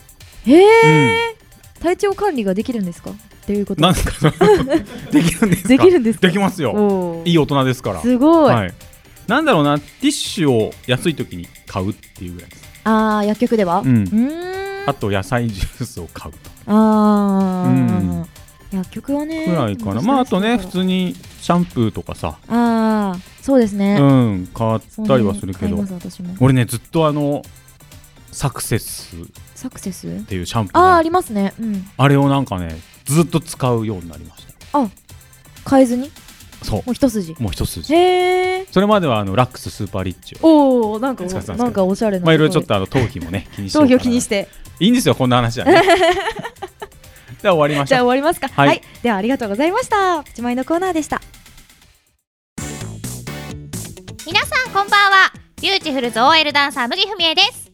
Speaker 2: へえ
Speaker 1: う
Speaker 2: 体調管理ができるんですかっていうこ
Speaker 1: んな
Speaker 2: と
Speaker 1: んですか そのできるんですか
Speaker 2: できるんですか
Speaker 1: できますよ
Speaker 2: おー
Speaker 1: いい大人ですから
Speaker 2: すごい、
Speaker 1: はいなんだろうなティッシュを安い時に買うっていうぐらいです
Speaker 2: ああ薬局では
Speaker 1: うん
Speaker 2: ーん
Speaker 1: あと野菜ジュースを買うとか
Speaker 2: あ
Speaker 1: う
Speaker 2: ー、
Speaker 1: ん
Speaker 2: 薬局はね
Speaker 1: ぐらいかなまああとね普通にシャンプーとかさ
Speaker 2: ああそうですね、
Speaker 1: うん買っ
Speaker 2: そん
Speaker 1: た
Speaker 2: な
Speaker 1: り
Speaker 2: の
Speaker 1: はするけ
Speaker 2: 買い
Speaker 1: ど
Speaker 2: ます私も
Speaker 1: 俺ねずっとあのサクセスっ
Speaker 2: サクセス
Speaker 1: ていうシャンプー
Speaker 2: ああ
Speaker 1: が
Speaker 2: ありますねうん
Speaker 1: あれをなんかねずっと使うようになりまし
Speaker 2: 変えずに
Speaker 1: たそう
Speaker 2: もう一筋
Speaker 1: もう一筋
Speaker 2: へえ
Speaker 1: それまではあのラックススーパーリッチを
Speaker 2: おおなんか
Speaker 1: 使ってたんですけど
Speaker 2: なんかおしゃれな
Speaker 1: まあいろいろちょっとあの頭皮もね気にして
Speaker 2: 投票気にしてて
Speaker 1: いいんですよこんな話は ねでは終わりまし
Speaker 2: じゃあ
Speaker 1: ょ
Speaker 2: 終
Speaker 1: う
Speaker 2: わりますか
Speaker 1: はい
Speaker 2: はい、ではありがとうございましたプチマイのコーナーでした
Speaker 7: 皆さんこんばんはビューティフルズ OL ダンサー麦文枝です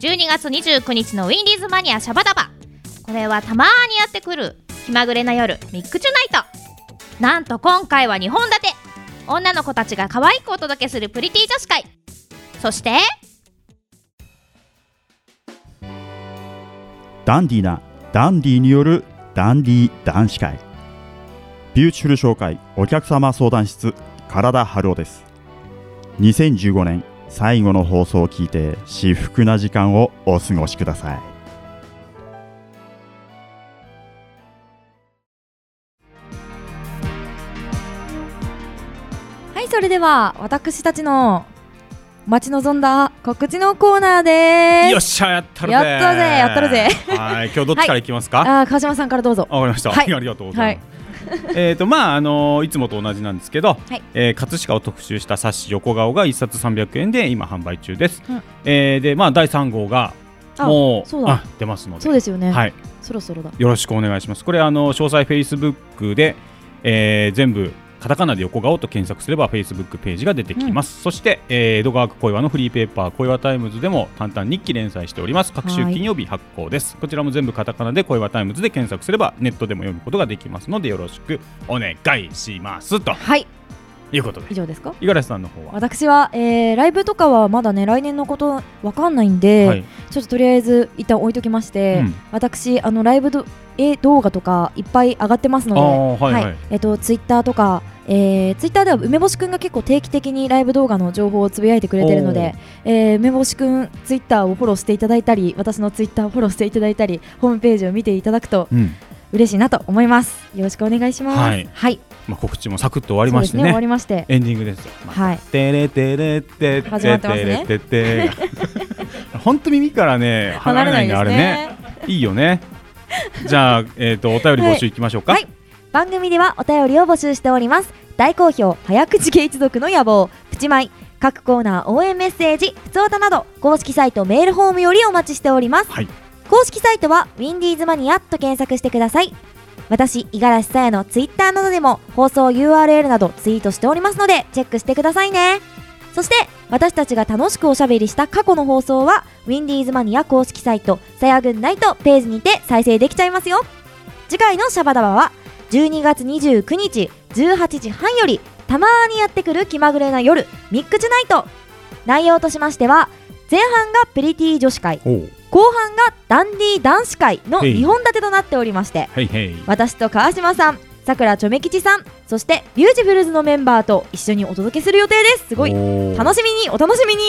Speaker 7: 12月29日のウィンディーズマニアシャバダバこれはたまーにやってくる気まぐれな夜ミックチュナイトなんと今回は2本立て女の子たちが可愛くお届けするプリティ女子会そして
Speaker 8: ダンディーなダンディーによるダンディー男子会ビューチフル紹介お客様相談室体田春夫です2015年最後の放送を聞いて至福な時間をお過ごしください
Speaker 2: はいそれでは私たちの待ち望んだ告知のコーナーです
Speaker 1: よっしゃやったるぜ
Speaker 2: やったぜやったるぜ
Speaker 1: はい今日どっちからいきますか、
Speaker 2: あー川島さんからどうぞ
Speaker 1: あわかりました。
Speaker 2: は
Speaker 1: はいい、ありがとうございます。えっとまああのいつもと同じなんですけど、
Speaker 2: い
Speaker 1: えー葛飾を特集した冊子横顔が一冊300円で今販売中です。
Speaker 2: うん
Speaker 1: えーでまあ第三号が
Speaker 2: あ
Speaker 1: もう
Speaker 2: そうだ
Speaker 1: あ出ますので
Speaker 2: そうですよね、
Speaker 1: はい
Speaker 2: そろそろだ
Speaker 1: よろしくお願いします。これあの詳細 Facebook で、えー全部カタカナで横顔と検索すれば Facebook ページが出てきます。そして、えー江戸川区小岩のフリーペーパー小岩タイムズでも淡々日記連載しております。各週
Speaker 2: はい
Speaker 1: 金曜日発行です。こちらも全部カタカナで小岩タイムズで検索すればネットでも読むことができますのでよろしくお願いしますと
Speaker 2: はい
Speaker 1: いうことで
Speaker 2: 以上ですか
Speaker 1: 五十嵐さんの方は、
Speaker 2: 私は、えーライブとかはまだね来年のことわかんないんで、
Speaker 1: はい
Speaker 2: ちょっととりあえず一旦置いときまして、
Speaker 1: うん
Speaker 2: 私あのライブど絵動画とかいっぱい上がってますの
Speaker 1: あ
Speaker 2: で、
Speaker 1: あはいはい、
Speaker 2: えっとツイッターとか、えー、ツイッターでは梅干しくんが結構定期的にライブ動画の情報をつぶやいてくれてるので、えー、梅干しくんツイッターをフォローしていただいたり私のツイッターをフォローしていただいたりホームページを見ていただくと
Speaker 1: うん
Speaker 2: 嬉しいなと思いますよろしくお願いします
Speaker 1: はい
Speaker 2: はい、
Speaker 1: まあ告知もサクッと終わ
Speaker 2: あ
Speaker 1: りまして
Speaker 2: 終
Speaker 1: ね
Speaker 2: わりまして
Speaker 1: エンディングですよ。まあ
Speaker 2: はい
Speaker 1: てれてれてて
Speaker 2: 始まってますね
Speaker 1: てれてて。本当耳からね離れないんだあれね。いいよね。じゃあえっとお便り募集いきましょうか。
Speaker 2: はい
Speaker 6: 番組ではお便りを募集しております大好評早口芸一族の野望プチマイ各コーナー応援メッセージ普通歌など公式サイトメールフォームよりお待ちしております、
Speaker 1: はい
Speaker 6: 公式サイトはウィンディーズマニアと検索してください私五十嵐さやのツイッターなどでも放送 URL などツイートしておりますのでチェックしてくださいねそして私たちが楽しくおしゃべりした過去の放送はウィンディーズマニア公式サイトさやぐんナイトページにて再生できちゃいますよ次回のシャバダバは12月29日18時半よりたまーにやってくる気まぐれな夜ミックチュナイト内容としましては
Speaker 2: 前半がプリティ女子会
Speaker 1: おう
Speaker 2: 後半がダンディ男子会の
Speaker 1: へい
Speaker 2: 2本立てとなっておりまして
Speaker 1: はいはい
Speaker 2: 私と川島さんさくらちょめ吉さんそしてビューティフルズのメンバーと一緒にお届けする予定ですすごい
Speaker 1: おー
Speaker 2: 楽しみにお楽しみに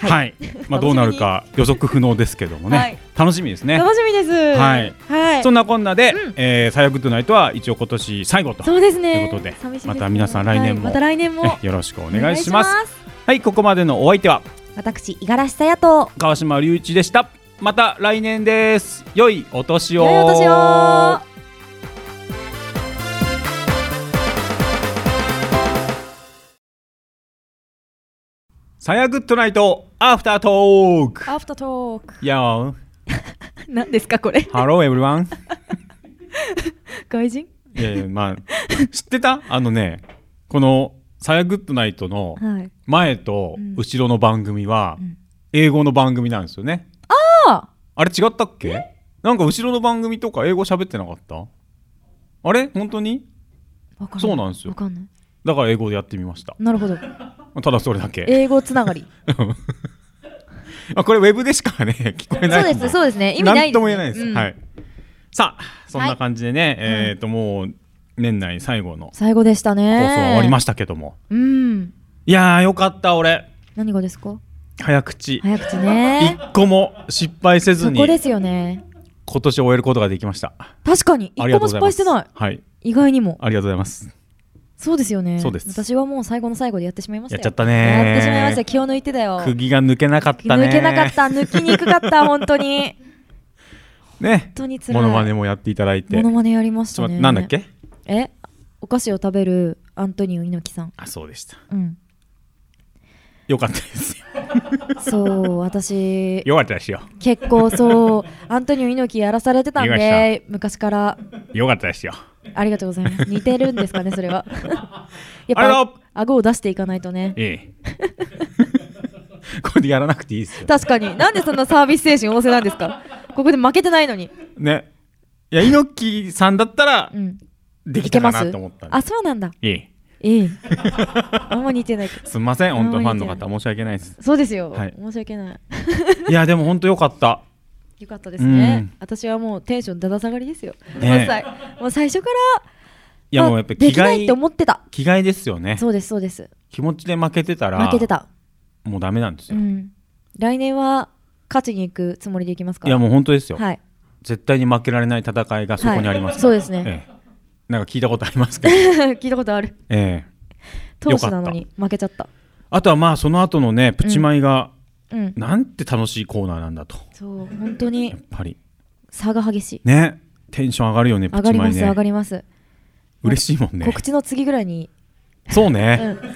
Speaker 1: はい、
Speaker 2: はい
Speaker 1: まあどうなるか予測不能ですけどもね、
Speaker 2: はい
Speaker 1: 楽しみですね
Speaker 2: 楽しみです
Speaker 1: はい
Speaker 2: はい
Speaker 1: そんなこんなで、
Speaker 2: うん
Speaker 1: えー、サイヤグッドナイトは一応今年最後と
Speaker 2: そうですね
Speaker 1: ということで
Speaker 2: 寂しいすね
Speaker 1: また皆さん来年も
Speaker 2: はいまた来年も
Speaker 1: えよろしくお願いします
Speaker 2: お願
Speaker 1: はいここまでのお相手は
Speaker 2: 私五十嵐さやと
Speaker 1: 川島隆一でしたまた来年です良いお年を
Speaker 2: 良いお年を
Speaker 1: サヤグッドナイトアフタートーク
Speaker 2: アフタートーク
Speaker 1: Yo
Speaker 2: 何ですかこれ
Speaker 1: Hello everyone
Speaker 2: 外人
Speaker 1: いやいやまあ知ってたあのねこのサヤグッドナイトの
Speaker 2: はい
Speaker 1: 前と後ろの番組は英語の番組なんですよね、
Speaker 2: あ
Speaker 1: あれ違ったっけなんか後ろの番組とか英語喋ってなかったあれ本当に
Speaker 2: わかんない
Speaker 1: そうなんですよ
Speaker 2: わかんない
Speaker 1: だから英語でやってみました
Speaker 2: なるほど
Speaker 1: ただそれだけ
Speaker 2: 英語つながり
Speaker 1: あこれウェブでしかね聞こえ ない
Speaker 2: そうですそう
Speaker 1: う
Speaker 2: ですね意味ない
Speaker 1: んとも言えないです、
Speaker 2: うん
Speaker 1: はいさあそんな感じでね、えっ、ともう年内最後の放
Speaker 2: 最後でした
Speaker 1: 送
Speaker 2: ね
Speaker 1: 終わりま
Speaker 2: し
Speaker 1: したけども、
Speaker 2: たうん
Speaker 1: いやーよかった俺
Speaker 2: 何がですか
Speaker 1: 早口
Speaker 2: 早口ね
Speaker 1: 一個も失敗せず
Speaker 2: そ
Speaker 1: に
Speaker 2: こですよね
Speaker 1: 今年終えることができました
Speaker 2: 確かに
Speaker 1: あ
Speaker 2: 一
Speaker 1: りがと
Speaker 2: 個
Speaker 1: う
Speaker 2: も
Speaker 1: ござ
Speaker 2: 失
Speaker 1: いま
Speaker 2: 敗
Speaker 1: す
Speaker 2: してない
Speaker 1: はい
Speaker 2: 意外にも
Speaker 1: ありがとうございます
Speaker 2: そうですよね
Speaker 1: そうです
Speaker 2: 私はもう最後の最後でやってしまいましたよ
Speaker 1: やっちゃったね
Speaker 2: やってしまいました気を抜いてだよ
Speaker 1: 釘が抜けなかったね
Speaker 2: 抜けなかった抜きにくかった本 当に
Speaker 1: ね
Speaker 2: 本当に辛い
Speaker 1: モノマネもやっていただいて
Speaker 2: モノマネやりまし
Speaker 1: ちょ
Speaker 2: た
Speaker 1: っと待っ
Speaker 2: ね
Speaker 1: てなんだっけ
Speaker 2: えお菓子を食べるアントニオ猪木さん
Speaker 1: あそうでした
Speaker 2: うん
Speaker 1: よかった ですよ
Speaker 2: そう私
Speaker 1: よかったですよ
Speaker 2: 結構そうアントニオ猪木やらされてたん
Speaker 1: 言いま
Speaker 2: で昔から
Speaker 1: よかったですよ
Speaker 2: ありがとうございます 似てるんですかねそ れはやっ
Speaker 1: ありが
Speaker 2: ぱ
Speaker 1: とう
Speaker 2: 顎を出していかないとね
Speaker 1: え えこれでやらなくていいですよ
Speaker 2: 確かになんでそんなサービス精神旺盛なんですかここで負けてないのに、
Speaker 1: ねいや猪木さんだったら
Speaker 2: うん、
Speaker 1: でき
Speaker 2: い
Speaker 1: た
Speaker 2: け
Speaker 1: か
Speaker 2: ます
Speaker 1: なと思ったんで
Speaker 2: あそうなんだ
Speaker 1: ええ
Speaker 2: え えあんま似てないけど
Speaker 1: すみません本当
Speaker 2: あん
Speaker 1: フ
Speaker 2: ま
Speaker 1: ァンの
Speaker 2: りじゃない
Speaker 1: 方申し訳ないです
Speaker 2: そうですよ、
Speaker 1: はい
Speaker 2: 申し訳ない
Speaker 1: いやでも本当よか った
Speaker 2: よかったですね、
Speaker 1: うん
Speaker 2: 私はもうテンションだだ下がりですよ、
Speaker 1: ね
Speaker 2: もう最もう最初から
Speaker 1: いや
Speaker 2: あ
Speaker 1: もうやっぱり
Speaker 2: で
Speaker 1: 着
Speaker 2: きない
Speaker 1: 替
Speaker 2: って
Speaker 1: え
Speaker 2: 思ってた
Speaker 1: 着替えですよね
Speaker 2: そうですそうです
Speaker 1: 気持ちで負けてたら
Speaker 2: 負けてた
Speaker 1: もうダメなんです
Speaker 2: う
Speaker 1: よ
Speaker 2: ん来年は勝ちに行くつもりでいきますか
Speaker 1: いやもう本当ですよ
Speaker 2: はい
Speaker 1: 絶対に負けられない戦いがそこにあります
Speaker 2: そうですね、
Speaker 1: ええなんか聞いたことあります けど
Speaker 2: 聞いたことある
Speaker 1: ええ
Speaker 2: 投手なのに負けちゃった
Speaker 1: あとはまあその後のねプチマイが
Speaker 2: うん
Speaker 1: なんて楽しいコーナーなんだと
Speaker 2: そう本当
Speaker 1: や
Speaker 2: に
Speaker 1: っぱり
Speaker 2: 差が激しい
Speaker 1: ねテンション上がるよねプ
Speaker 2: 上が
Speaker 1: チ
Speaker 2: り
Speaker 1: マ
Speaker 2: ま
Speaker 1: イ
Speaker 2: す上
Speaker 1: ね
Speaker 2: がります
Speaker 1: 嬉しいもんね
Speaker 2: 告知の次ぐらいに
Speaker 1: そう
Speaker 2: う
Speaker 1: ね、
Speaker 2: ん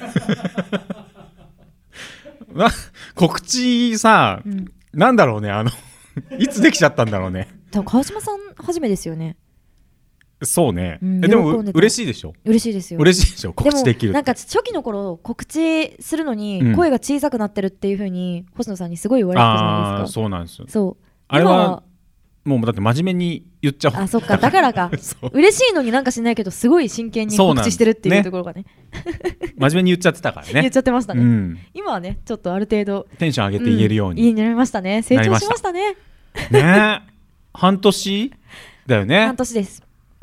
Speaker 1: わ告知さ、
Speaker 2: うん
Speaker 1: なんだろうねあの いつできちゃったんだろうね
Speaker 2: 多分川島さん初めですよね
Speaker 1: そうね、
Speaker 2: うん
Speaker 1: えで
Speaker 2: 喜
Speaker 1: も
Speaker 2: んでた
Speaker 1: 嬉しいでしょ
Speaker 2: 嬉しいですよ
Speaker 1: 嬉しいでしょ告知できる
Speaker 2: も
Speaker 1: っ
Speaker 2: なん
Speaker 1: て
Speaker 2: か初期の頃告知するの
Speaker 1: うん
Speaker 2: に声が小さくなってるっていう風に星野さんにすごい言われてたじゃな
Speaker 1: あ
Speaker 2: い
Speaker 1: ー
Speaker 2: ですか、
Speaker 1: そうなんですよ
Speaker 2: そう
Speaker 1: あれは
Speaker 2: 今
Speaker 1: もうだって真面目に言っちゃおう
Speaker 2: あそっかだからか
Speaker 1: そう
Speaker 2: 嬉しいのになんかしないけどすごい真剣に
Speaker 1: そう
Speaker 2: 告
Speaker 1: なんです
Speaker 2: 知してるってい
Speaker 1: ね
Speaker 2: うところがね
Speaker 1: 真面目に言っちゃってたからね
Speaker 2: 言っちゃってましたね、
Speaker 1: うん、
Speaker 2: 今はねちょっとある程度
Speaker 1: テンション上げて言えるよう
Speaker 2: いい
Speaker 1: に、
Speaker 2: になりましたね成長しましたね
Speaker 1: ね半年だよね
Speaker 2: 半年です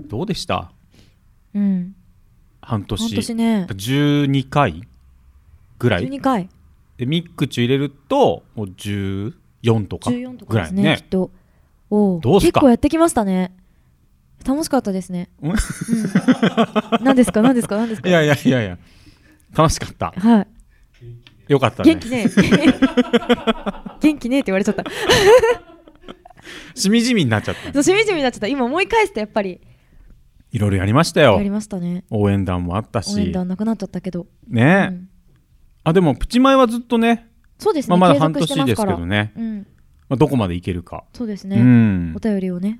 Speaker 1: どうでした
Speaker 2: うん
Speaker 1: 半年
Speaker 2: 半年ね
Speaker 1: 12回ぐらい
Speaker 2: 12回
Speaker 1: でミックチュ入れるともう14とか
Speaker 2: 14と
Speaker 1: ぐ
Speaker 2: からで
Speaker 1: い
Speaker 2: すねきっとおう
Speaker 1: どうす
Speaker 2: 結
Speaker 1: か
Speaker 2: 構やってきましたね楽しかったですね
Speaker 1: うん
Speaker 2: 何ですか何ですか何ですか
Speaker 1: いやいやいやいや楽しかった
Speaker 2: はい
Speaker 1: よかったね
Speaker 2: 元気ねえ 元気ねえって言われちゃった
Speaker 1: しみじみになっちゃった
Speaker 2: そうしみじみになっちゃった今思い返すとやっぱり
Speaker 1: いろいろやりました
Speaker 2: や
Speaker 1: よ
Speaker 2: りましたね
Speaker 1: 応援団もあった
Speaker 2: 応援
Speaker 1: し
Speaker 2: 団なくなっちゃったけど、う
Speaker 1: ね、
Speaker 2: ん
Speaker 1: あでもプチ前はずっとね
Speaker 2: そうです
Speaker 1: ま
Speaker 2: ね、
Speaker 1: あ、まだ
Speaker 2: 継
Speaker 1: 半
Speaker 2: 続し
Speaker 1: 年
Speaker 2: てま
Speaker 1: ですす
Speaker 2: か
Speaker 1: け
Speaker 2: ら
Speaker 1: どね、
Speaker 2: うん
Speaker 1: まあ、どこまでいけるか、
Speaker 2: そうです
Speaker 1: う
Speaker 2: ね、
Speaker 1: ん
Speaker 2: お、便りをね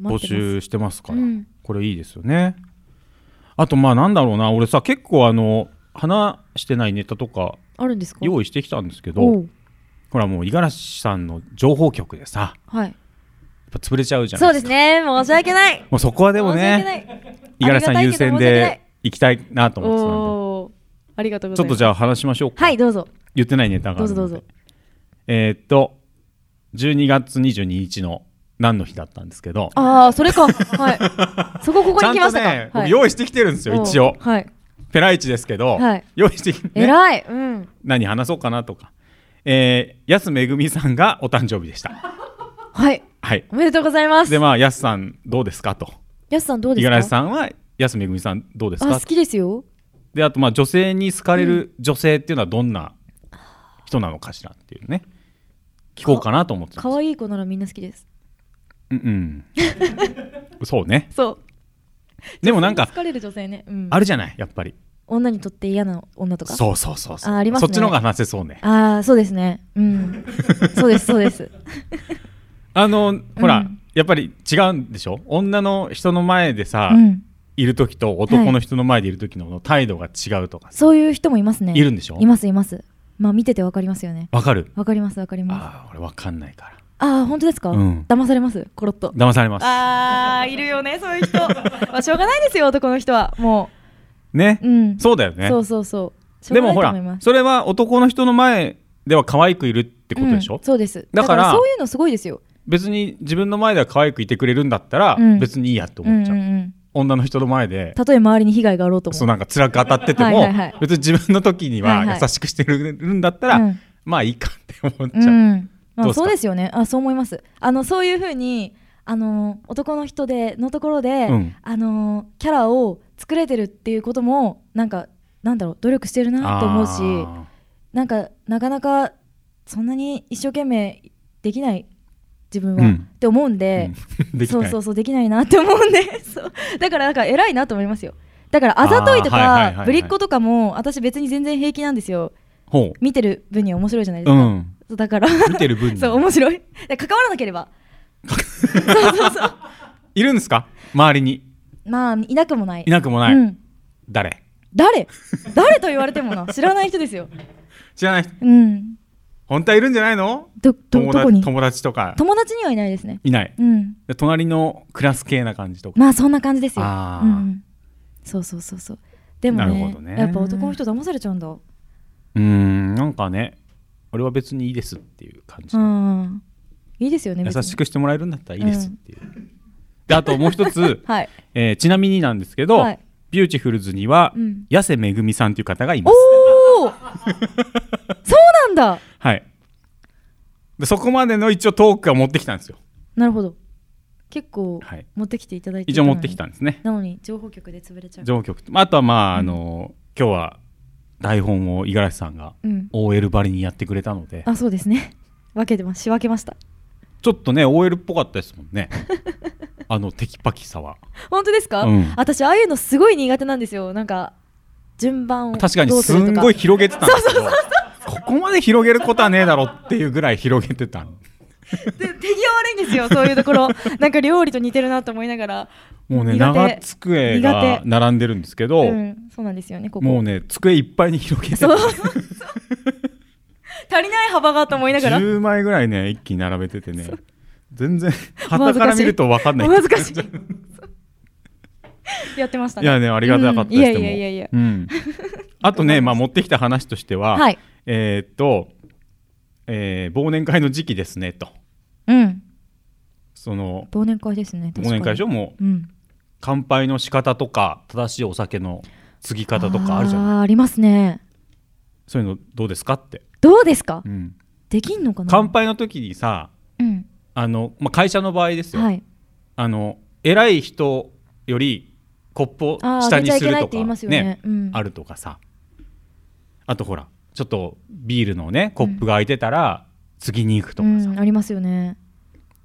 Speaker 2: 待
Speaker 1: 募
Speaker 2: ってます
Speaker 1: 集してますから、
Speaker 2: うん
Speaker 1: これいいですよねあとまあなんだろうな俺さ結構あの話してないネタとか
Speaker 2: あるんですか
Speaker 1: 用意してきたんですけ
Speaker 2: お
Speaker 1: ど
Speaker 2: う
Speaker 1: ほらもう五十嵐さんの情報局でさ
Speaker 2: はい
Speaker 1: やっぱ潰れちゃうじゃ
Speaker 2: そ
Speaker 1: な
Speaker 2: う
Speaker 1: いです
Speaker 2: です
Speaker 1: か
Speaker 2: ね申し訳ない
Speaker 1: もうそこはでも
Speaker 2: 申し
Speaker 1: ね
Speaker 2: 訳ない
Speaker 1: 五十嵐さん優先
Speaker 2: ありがたいけど申し訳な
Speaker 1: で
Speaker 2: い
Speaker 1: 行きたいなと思ってたん
Speaker 2: おーありがとう
Speaker 1: で
Speaker 2: ござ
Speaker 1: ちょっ
Speaker 2: いま
Speaker 1: と
Speaker 2: す
Speaker 1: じゃあ話しましょうか、
Speaker 2: はいどうぞ
Speaker 1: 言ってないネタがあ
Speaker 2: どう
Speaker 1: るの
Speaker 2: ぞ
Speaker 1: で
Speaker 2: どうぞ
Speaker 1: えーっと12月22日の何の日だったんですけど
Speaker 2: ああ、それか。はい。そこここ
Speaker 1: ち
Speaker 2: に
Speaker 1: ゃん
Speaker 2: 来ま
Speaker 1: と
Speaker 2: した
Speaker 1: ね、
Speaker 2: か。
Speaker 1: 僕
Speaker 2: はい
Speaker 1: 用意してきてるんですよ一応
Speaker 2: はい。
Speaker 1: ペライチですけど、
Speaker 2: はい
Speaker 1: 用意してきて、
Speaker 2: え
Speaker 1: ね、
Speaker 2: らい。うん。
Speaker 1: 何話そうかなとか、えー、安めぐみさんがお誕生日でした
Speaker 2: はい。
Speaker 1: はい
Speaker 2: おめでとうございます
Speaker 1: で。まあ安さんどうですかと
Speaker 2: やすさんどう
Speaker 1: 五
Speaker 2: で
Speaker 1: 十
Speaker 2: すか。
Speaker 1: 嵐さんは安めぐみさんどうです
Speaker 2: あ、
Speaker 1: か
Speaker 2: 好きですよ。
Speaker 1: であとまあ女性に好かれる女性っていうのはどんな人なのかしらっていうね聞こうかなと思ってます
Speaker 2: 可愛い子ならみんな好きです。
Speaker 1: うんうん そうね
Speaker 2: そう。
Speaker 1: でもなんか
Speaker 2: 好かれる女性ね。うん。
Speaker 1: あるじゃないやっぱり
Speaker 2: 女にとって嫌な女とか。
Speaker 1: そうそうそうそう
Speaker 2: あありますね
Speaker 1: そっちの方が話せそうね
Speaker 2: ああ、そうですね。うん。そうです、そ うです。
Speaker 1: あのほら、
Speaker 2: うん
Speaker 1: やっぱり違うんでしょ女の人の前でさ、
Speaker 2: うん。
Speaker 1: いる時と男の人の前でいる時の態度が違うとかさ
Speaker 2: そういう人もいますね。
Speaker 1: いるんでしょ
Speaker 2: います、います。まあ、見ててわかりますよね。
Speaker 1: わかる
Speaker 2: わかります、わかります。
Speaker 1: ああ俺わかんないか
Speaker 2: ああ、本当ですか、
Speaker 1: うん
Speaker 2: 騙されます、コロッと。
Speaker 1: ら騙されます
Speaker 2: ああ、いるよね、そういう人。まあ、しょうがないですよ、男の人は。も
Speaker 1: ね
Speaker 2: う。、うん。
Speaker 1: そうだよね
Speaker 2: そうそうそう。しょ
Speaker 1: で
Speaker 2: うがな
Speaker 1: も
Speaker 2: いと
Speaker 1: ほ
Speaker 2: 思いま
Speaker 1: ら
Speaker 2: す
Speaker 1: それは男の人の前では可愛くいるってことでしょ、
Speaker 2: うんそうです。
Speaker 1: だから
Speaker 2: そういうのすごいですよ。
Speaker 1: 別に自分の前では可愛くいてくれるんだったら
Speaker 2: うん
Speaker 1: 別にいいやって
Speaker 2: うん
Speaker 1: 思っ
Speaker 2: うん
Speaker 1: ちゃ
Speaker 2: う
Speaker 1: う、
Speaker 2: ん。
Speaker 1: 女の人の前で
Speaker 2: たとえ周りに被害があろうとも。
Speaker 1: そうなんか辛く当たってて
Speaker 2: はい
Speaker 1: も
Speaker 2: はいはい
Speaker 1: 別に自分の時に
Speaker 2: はいは
Speaker 1: はい優しくしてるんだったら、
Speaker 2: うん
Speaker 1: まあいいかって思っちゃ
Speaker 2: う
Speaker 1: う、
Speaker 2: ん、ま
Speaker 1: どう
Speaker 2: あ、
Speaker 1: っすか
Speaker 2: そうですよねあそう思いますあのそういうふうにあの男の人でのところで、
Speaker 1: うん
Speaker 2: あのキャラを作れてるっていうこともなんかなんだろう努力してるなと思うし
Speaker 1: あ
Speaker 2: なんかなかなかそんなに一生懸命できない自分は、
Speaker 1: うん
Speaker 2: って思うん
Speaker 1: ー
Speaker 2: で、
Speaker 1: うんでき
Speaker 2: そ
Speaker 1: な
Speaker 2: う
Speaker 1: い
Speaker 2: そうそうできないなって思うんで そうだからなんか偉いなと思いますよだからあざといと
Speaker 1: あーはいはいはいは
Speaker 2: か
Speaker 1: い
Speaker 2: ぶりっ子とかも私別に全然平気なんですよ
Speaker 1: ほ、
Speaker 2: 見てる分には面白いじゃないうで
Speaker 1: う
Speaker 2: すか、
Speaker 1: ん、
Speaker 2: そうだから
Speaker 1: 見てる分に
Speaker 2: そう面白いで関わらなけ ればそうそうそう
Speaker 1: いるんですか周りに
Speaker 2: まあいなくもない
Speaker 1: いなくもない、
Speaker 2: うん、
Speaker 1: 誰
Speaker 2: 誰誰と言われてもな知らない人ですよ
Speaker 1: 知らない人
Speaker 2: うん
Speaker 1: 本当はいるんじゃないの
Speaker 2: どど
Speaker 1: 友
Speaker 2: ど
Speaker 1: 達
Speaker 2: こに
Speaker 1: 友達とか
Speaker 2: 友達にはいないですね
Speaker 1: いない
Speaker 2: うん
Speaker 1: で隣のクラス系な感じとか、
Speaker 2: まあそんな感じですよ、
Speaker 1: あ
Speaker 2: う
Speaker 1: ー
Speaker 2: ん、そうそうそうそうでもね
Speaker 1: なるほどね
Speaker 2: やっぱ男の人騙されちゃうんだ
Speaker 1: うーんなんかね俺は別にいいですっていう感じ、
Speaker 2: うんいいですよね別に、
Speaker 1: 優しくしてもらえるんだったらいいですっていう、であともう一つ
Speaker 2: はい
Speaker 1: えーちなみになんですけど、
Speaker 2: はい
Speaker 1: ビューティフルズには、
Speaker 2: うん
Speaker 1: やせめぐみさんという方がいます
Speaker 2: おおそうなんだ
Speaker 1: はいでそこまでの一応トークは持ってきたんですよ
Speaker 2: なるほど結構
Speaker 1: はい
Speaker 2: 持ってきていただいてい
Speaker 1: 一応持ってき
Speaker 2: た
Speaker 1: たんですね
Speaker 2: のになのに情報局で潰れちゃう
Speaker 1: 上局と、まあ、あとはまあ、あの今日は台本を五十嵐さんが
Speaker 2: うん
Speaker 1: OL ばりにやってくれたので
Speaker 2: あそうですね 分けてます仕分けました
Speaker 1: ちょっとね OL っぽかったですもん ねあのテキパキさは
Speaker 2: 本当ですか、
Speaker 1: うん
Speaker 2: 私ああいうのすごい苦手なんですよなんか順番を
Speaker 1: 確か
Speaker 2: ど
Speaker 1: に
Speaker 2: う
Speaker 1: す
Speaker 2: ると
Speaker 1: んごい広げてたんですけどここまで広げることはねえだろっていうぐらい広げてたの
Speaker 2: で手際悪いんですよそういうとこ ろなんか料理と似てるなと思いながら
Speaker 1: もうね
Speaker 2: 苦手
Speaker 1: 長机
Speaker 2: 苦
Speaker 1: が
Speaker 2: 手
Speaker 1: 並んでるんですけど、
Speaker 2: うん、そうなんですよねここ
Speaker 1: もうね机いっぱいに広げてた
Speaker 2: そう 足りない幅がと思いながら
Speaker 1: 10枚ぐらいね一気に並べててね全 然
Speaker 2: お
Speaker 1: 旗
Speaker 2: 恥ずか
Speaker 1: か
Speaker 2: しい
Speaker 1: ら見ると分かんない
Speaker 2: お恥ずかしいやってまし た
Speaker 1: い
Speaker 2: ね
Speaker 1: やねありがたかったです、
Speaker 2: うんいやい
Speaker 1: でも
Speaker 2: やいやいや
Speaker 1: うん、あと ね、まあ、持ってきた話としては、
Speaker 2: はい
Speaker 1: えーっと、えー忘年会の時期ですねと
Speaker 2: うん
Speaker 1: その
Speaker 2: 忘年会ですね
Speaker 1: 忘年会でし
Speaker 2: ょ
Speaker 1: ょもう
Speaker 2: うん
Speaker 1: 乾杯の仕方とか正しいお酒の継ぎ方とかあるじゃない
Speaker 2: あーありますね
Speaker 1: そういうのどうですかって、
Speaker 2: どうですか
Speaker 1: うん
Speaker 2: できんのかな
Speaker 1: 乾杯の時にさ
Speaker 2: うん
Speaker 1: あの、まあ、会社の場合ですよ、
Speaker 2: はい
Speaker 1: あの偉い人よりコップを
Speaker 2: あー
Speaker 1: 下にする
Speaker 2: あげちゃいけない
Speaker 1: と
Speaker 2: って
Speaker 1: か
Speaker 2: 言いますよねうん
Speaker 1: あるとかさあとほらちょっとビールのねコップが空いてたら次に行くとかさ、
Speaker 2: うん、ありますよね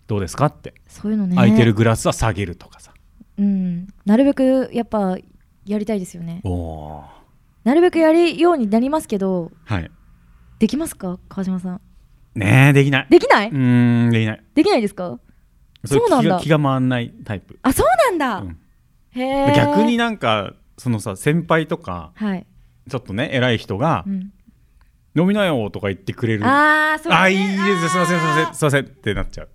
Speaker 1: どうですかって、
Speaker 2: そういうのね
Speaker 1: 空いてるグラスは下げるとかさ
Speaker 2: うんなるべくやっぱやりたいですよね
Speaker 1: おお
Speaker 2: なるべくやるようになりますけど
Speaker 1: はい
Speaker 2: できますか川島さん
Speaker 1: ねえできない
Speaker 2: できないう
Speaker 1: ーんできない
Speaker 2: できないですか
Speaker 1: それ
Speaker 2: そうなん
Speaker 1: 気
Speaker 2: だ
Speaker 1: が気が回んないタイプ、
Speaker 2: あそうなん
Speaker 1: う
Speaker 2: だ、
Speaker 1: ん
Speaker 2: へえ
Speaker 1: 逆になんかそのさ先輩とか
Speaker 2: はい、
Speaker 1: ちょっとね偉い人が
Speaker 2: うん、
Speaker 1: 「飲みなよ」とか言ってくれる
Speaker 2: ああそう
Speaker 1: あいいですすいませんすいませんすいませんってなっちゃう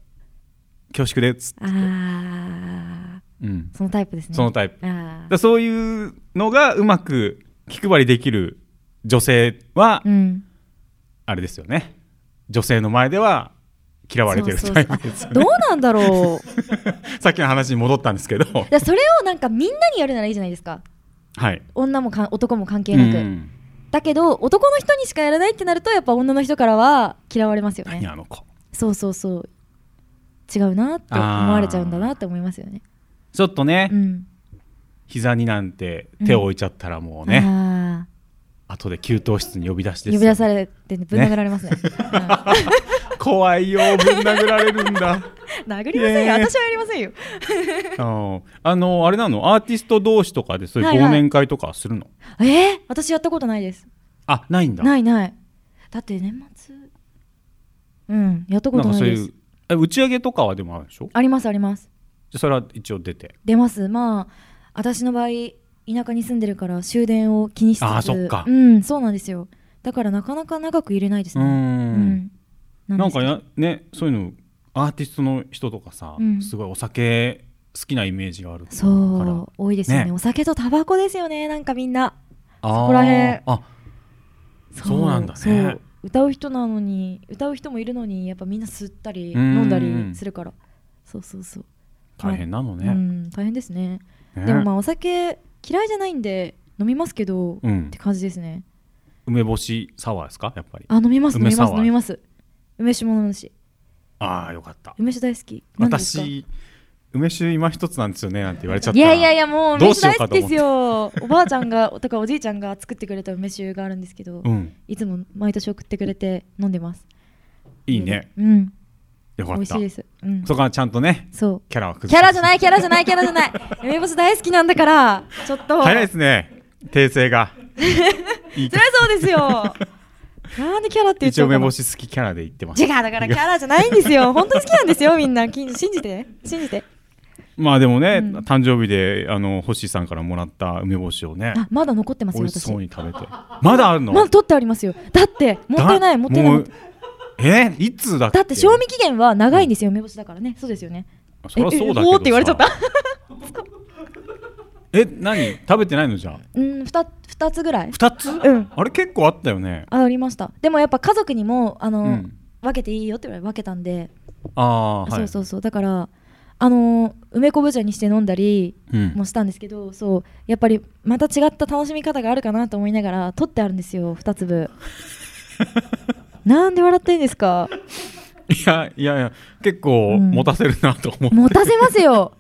Speaker 1: 恐縮です、
Speaker 2: せんああ
Speaker 1: うん、
Speaker 2: そのタイプですね
Speaker 1: そのタイプだか
Speaker 2: あ
Speaker 1: らそういうのがうまく気配りできる女性は
Speaker 2: ーうん
Speaker 1: あれですよね女性の前では嫌われてる
Speaker 2: そう
Speaker 1: タ
Speaker 2: そう
Speaker 1: イプですよ
Speaker 2: どう
Speaker 1: ね。
Speaker 2: なんだろう
Speaker 1: さっきの話に戻ったんですけど、
Speaker 2: だからそれをなんかみんなにやるならいいじゃないですか
Speaker 1: はい。
Speaker 2: 女もかん男も関係なく、
Speaker 1: うん
Speaker 2: だけど男の人にしかやらないってなるとやっぱ女の人からは嫌われますよ
Speaker 1: 何
Speaker 2: ね
Speaker 1: あの子。
Speaker 2: そうそうそう違うなって思われちゃうんだなって思いますよね
Speaker 1: ちょっとね、
Speaker 2: うん
Speaker 1: 膝になんて手を置いちゃったらもうね、
Speaker 2: あ
Speaker 1: 後で給湯室に呼び出し
Speaker 2: ー
Speaker 1: です
Speaker 2: 呼
Speaker 1: よ
Speaker 2: び出されてぶん殴られま すね
Speaker 1: 怖いよぶん殴られるん だ
Speaker 2: うん殴りませ
Speaker 1: ね
Speaker 2: んよ
Speaker 1: え
Speaker 2: 私はやりませんよ
Speaker 1: うんあのあれなのアーティスト同士とかでそういう
Speaker 2: はいはい
Speaker 1: 忘年会とかするの、
Speaker 2: えー、私やったことないです
Speaker 1: あないんだ
Speaker 2: ないないだって年末うんやったこ
Speaker 1: なん
Speaker 2: と
Speaker 1: かそ
Speaker 2: ない
Speaker 1: う
Speaker 2: で
Speaker 1: い
Speaker 2: す
Speaker 1: うえ打ち上げとかはでもあるでしょ
Speaker 2: ありますあります
Speaker 1: じゃそれは一応出て
Speaker 2: 出ますまあ私の場合田舎に住んでるから終電を気にしつつ
Speaker 1: あーそっか
Speaker 2: うんそうなんですよだからなかなか長く入れないです
Speaker 1: うー
Speaker 2: ねうんな
Speaker 1: なん
Speaker 2: です
Speaker 1: かやねそういうのアーティストの人とかさ、
Speaker 2: うん
Speaker 1: すごいお酒好きなイメージがあるから
Speaker 2: そう多いですよね
Speaker 1: ね
Speaker 2: お酒とタバコですよねなんかみんな
Speaker 1: あー
Speaker 2: こら辺
Speaker 1: あそうなんだね
Speaker 2: そう歌う人なのに歌う人もいるのにやっぱみんな吸ったり
Speaker 1: うん
Speaker 2: 飲んだりするからそうそうそう、
Speaker 1: 大変なの
Speaker 2: う
Speaker 1: ね,、
Speaker 2: ん大変ですね
Speaker 1: ね
Speaker 2: でもまあお酒嫌いじゃないんで飲みますけど、っ
Speaker 1: うん
Speaker 2: て、感じですね
Speaker 1: 梅干しサワーですかやっぱり
Speaker 2: あ飲みます飲
Speaker 1: 梅
Speaker 2: み
Speaker 1: サ
Speaker 2: ます
Speaker 1: ワー
Speaker 2: 飲みます梅酒も飲むし
Speaker 1: ああよかった
Speaker 2: 梅酒大好きなんでですか
Speaker 1: 私梅酒今一つなんですよねなんて言われちゃった
Speaker 2: いやいやいやもう
Speaker 1: ど
Speaker 2: 梅
Speaker 1: うし
Speaker 2: 酒
Speaker 1: ようか
Speaker 2: 大好
Speaker 1: と思っ
Speaker 2: きですよおばあちゃんが とかおじいちゃんが作ってくれた梅酒があるんですけど、
Speaker 1: うん
Speaker 2: いつも毎年送ってくれて飲んでます
Speaker 1: いいね
Speaker 2: うん
Speaker 1: よか
Speaker 2: 美
Speaker 1: っ
Speaker 2: 味したいですうん
Speaker 1: そこはちゃんとね
Speaker 2: そう
Speaker 1: キャラは崩
Speaker 2: キャラじゃないいキャラじゃないキャラじ ゃない梅干し大好きなんだからちょっと
Speaker 1: 早いですね訂正がいい
Speaker 2: そりゃそうですよ なんでキャラって言っち
Speaker 1: 一
Speaker 2: ゃ
Speaker 1: 応
Speaker 2: うか
Speaker 1: 梅
Speaker 2: な
Speaker 1: 干し好きキャラで言ってます
Speaker 2: 違うだからキャラじゃないんですよ本当に好きなんですよみんなき信じて信じて
Speaker 1: まあでもね、
Speaker 2: うん
Speaker 1: 誕生日であの星さんからもらった梅干しをね
Speaker 2: あまだ残ってます
Speaker 1: 美
Speaker 2: よ
Speaker 1: 味し
Speaker 2: 私
Speaker 1: そうに食べてまだあるの
Speaker 2: まだ取ってありますよだってもったいない
Speaker 1: だ
Speaker 2: もったいな
Speaker 1: も
Speaker 2: いもっ
Speaker 1: う
Speaker 2: たいない
Speaker 1: えいつだっけ
Speaker 2: だって賞味期限は長いんですよ梅干しだからねそうですよね
Speaker 1: あそりゃそうだけど
Speaker 2: ええおーって言われち ゃった
Speaker 1: え何食べてないのじゃあ
Speaker 2: うんふた二つぐらい
Speaker 1: 二つ
Speaker 2: うん
Speaker 1: あれ結構あったよね
Speaker 2: あありましたでもやっぱ家族にもあの、
Speaker 1: うん
Speaker 2: 分けていいよって言われ分けたんで、
Speaker 1: ああーはい
Speaker 2: そうそうそうだからあの梅昆布茶にして飲んだり
Speaker 1: うん
Speaker 2: もしたんですけどそうやっぱりまた違った楽しみ方があるかなと思いながら取ってあるんですよ2粒 なんで笑ってんですか
Speaker 1: いやいやいや結構
Speaker 2: うん
Speaker 1: 持たせるなと思って、
Speaker 2: 持たせますよ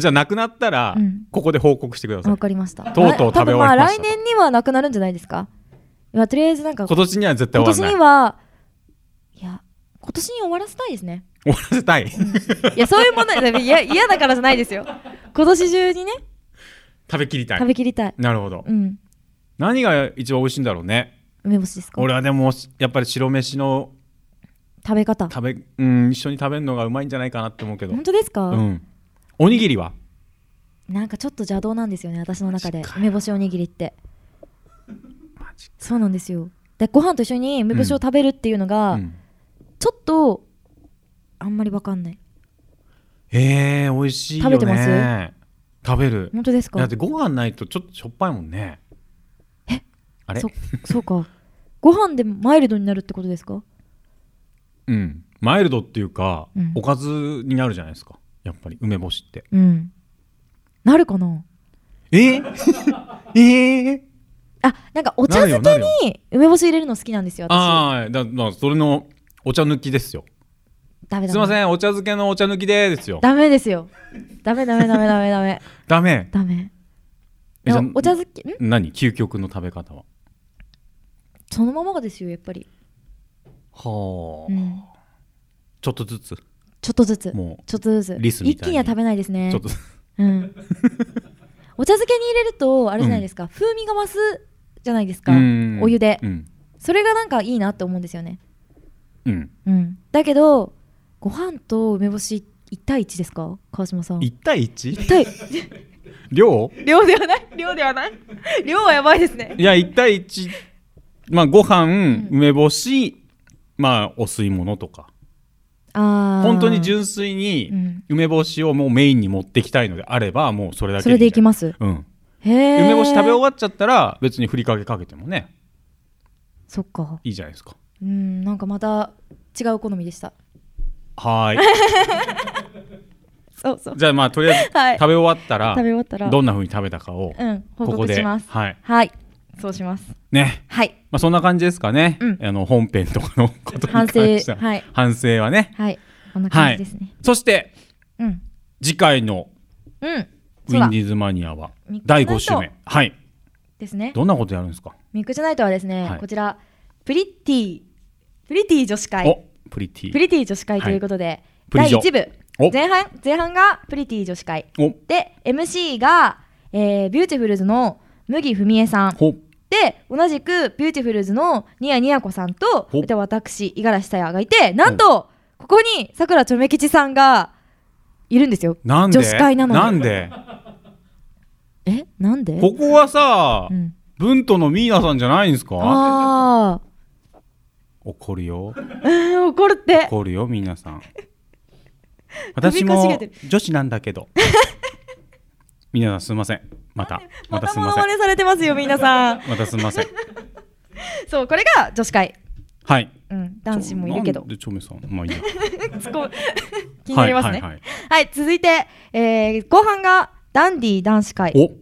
Speaker 1: じゃあなくなったら、
Speaker 2: うん
Speaker 1: ここで報告してください
Speaker 2: わかりました
Speaker 1: とうとう食べ終わりました
Speaker 2: 多分あ来年にはなくなるんじゃないですかいやとりあえずなんか
Speaker 1: 今年には絶対
Speaker 2: 今
Speaker 1: 終わらな
Speaker 2: 年
Speaker 1: い
Speaker 2: にはいや今年に終わらせたいですね
Speaker 1: 終わらせたい食
Speaker 2: いやそういう問題だいや嫌だからじゃないですよ今年中にね
Speaker 1: べきりたい
Speaker 2: 食べきりたい
Speaker 1: なるほど
Speaker 2: うん
Speaker 1: 何が一番美味しいんだろうね
Speaker 2: 梅干しですか
Speaker 1: 俺はでもやっぱり白飯の
Speaker 2: 食べ方
Speaker 1: 食べうん一緒に食べるのがうまいんじゃないかなって思うけど
Speaker 2: 本当ですか、
Speaker 1: うんおにぎりは
Speaker 2: なんかちょっと邪道なんですよね私の中で
Speaker 1: マジかよ
Speaker 2: 梅干しおにぎりってそうなんですよでご飯と一緒に梅干しを食べるっていうのが、
Speaker 1: うん
Speaker 2: ちょっとあんまりわかんない
Speaker 1: えー、美味しいよね
Speaker 2: 食べてます
Speaker 1: 食べる
Speaker 2: 本当です
Speaker 1: だっ
Speaker 2: か
Speaker 1: てご飯ないとちょっとしょっぱいもんねあれ
Speaker 2: そそうかご飯でマイルドになるってことですか
Speaker 1: うんマイルドっていうか、
Speaker 2: うん
Speaker 1: おかずになるじゃないですかやっぱり梅干しって
Speaker 2: うんなるかな
Speaker 1: え ー、えー、
Speaker 2: あなんかお茶漬
Speaker 1: な
Speaker 2: け
Speaker 1: るよな
Speaker 2: に梅干し入れるの好きなんですよ私
Speaker 1: ああだだそれのお茶抜きですよ
Speaker 2: ダメだ
Speaker 1: すいませんお茶漬けのお茶抜きでですよ
Speaker 2: ダメですよダメダメダメダメダメ
Speaker 1: ダメ
Speaker 2: ダメ
Speaker 1: えじゃあ
Speaker 2: お茶漬けん
Speaker 1: 何究極の食べ方は
Speaker 2: そのままがですよやっぱり、
Speaker 1: はあ、
Speaker 2: うん、
Speaker 1: ちょっとずつ
Speaker 2: ちょっとずつ
Speaker 1: も
Speaker 2: ちょっとずつ
Speaker 1: リスみ
Speaker 2: 一
Speaker 1: たいに
Speaker 2: 気には食べないです
Speaker 1: う
Speaker 2: ね
Speaker 1: ちょっとずつ
Speaker 2: うん、お茶漬けに入れるとあれじゃないですか、風味が増すじゃないですか、
Speaker 1: うん
Speaker 2: お湯で
Speaker 1: うん、
Speaker 2: それがなんかいいなって思うんですよね、
Speaker 1: うん、
Speaker 2: うん、だけどご飯と梅干し1対1ですか川島さん
Speaker 1: 1対 1?
Speaker 2: 1対
Speaker 1: 量
Speaker 2: 量ではない量ではない量はやばいですね
Speaker 1: いや1対1まあご飯
Speaker 2: うん
Speaker 1: 梅干しまあお吸い物とか
Speaker 2: ああ
Speaker 1: 本当に純粋に
Speaker 2: うん
Speaker 1: 梅干しをもうメインに持ってきたいのであればもうそれだけ
Speaker 2: それでいき
Speaker 1: ま
Speaker 2: ます
Speaker 1: す、うん、
Speaker 2: へえ
Speaker 1: 梅干し食べ終わっちゃったら別にふりかけかけてもね
Speaker 2: そっか
Speaker 1: いいじゃないですか
Speaker 2: うんなんかまた違う好みでした
Speaker 1: はーい。
Speaker 2: そうそう
Speaker 1: じゃあまあとりあえず
Speaker 2: はい
Speaker 1: 食べ終わったら
Speaker 2: 食べ終わったら
Speaker 1: どんな風に食べたかを
Speaker 2: うん報
Speaker 1: ここ
Speaker 2: 告
Speaker 1: で
Speaker 2: します
Speaker 1: はい
Speaker 2: はいそうします
Speaker 1: ね。
Speaker 2: はい
Speaker 1: まあそんな感じですかね。
Speaker 2: うん
Speaker 1: あの本編とかのことに関
Speaker 2: 反省
Speaker 1: しては
Speaker 2: はい
Speaker 1: 反省はね。
Speaker 2: はいこんな感じですね
Speaker 1: そして
Speaker 2: うん
Speaker 1: 次回の
Speaker 2: うん
Speaker 1: ウィンディーズマニアは
Speaker 2: ミックスナイ
Speaker 1: 第
Speaker 2: ト
Speaker 1: 5週目。はい。
Speaker 2: ですね
Speaker 1: どんなことやるんですか。
Speaker 2: ミックジュナイトはですね、
Speaker 1: はい
Speaker 2: こちらプリティプリティ女子会
Speaker 1: お、プリティ。
Speaker 2: プリティ女子会ということで、
Speaker 1: プリジョ
Speaker 2: 第1部
Speaker 1: お
Speaker 2: 前半前半がプリティ女子会
Speaker 1: お、
Speaker 2: で MC が、えービューティフルズの麦文枝さん
Speaker 1: ほ、
Speaker 2: で同じくビューティフルズのニヤニヤ子さんと
Speaker 1: お
Speaker 2: あと私五十嵐さやがいてなんとここにさくらちょめきちさんがいるんですよ
Speaker 1: なんで。
Speaker 2: 女子会なのに
Speaker 1: なんで。
Speaker 2: えなんで
Speaker 1: ここはさ
Speaker 2: う、ん、
Speaker 1: 文とのミーナさんじゃないんですか。
Speaker 2: あー
Speaker 1: 怒るよ。
Speaker 2: えー 怒るって
Speaker 1: 怒るよ、ミーナさん。
Speaker 2: 首
Speaker 1: 私
Speaker 2: かしげ
Speaker 1: も
Speaker 2: てる
Speaker 1: 女子なんだけど。 ミーナさん、すみません。また。ま
Speaker 2: ま
Speaker 1: た
Speaker 2: た
Speaker 1: す
Speaker 2: モ
Speaker 1: みま
Speaker 2: ノ
Speaker 1: せん
Speaker 2: マ。ネされてますよ 皆さん
Speaker 1: またすみま せん。
Speaker 2: そうこれが女子会、
Speaker 1: はい。
Speaker 2: うん、男子もいるけど
Speaker 1: なんで、ちょめさん。まあいいや。
Speaker 2: そこ 気になりますねはい
Speaker 1: はいはい
Speaker 2: 続いて、えー後半がダンディ男子会
Speaker 1: はい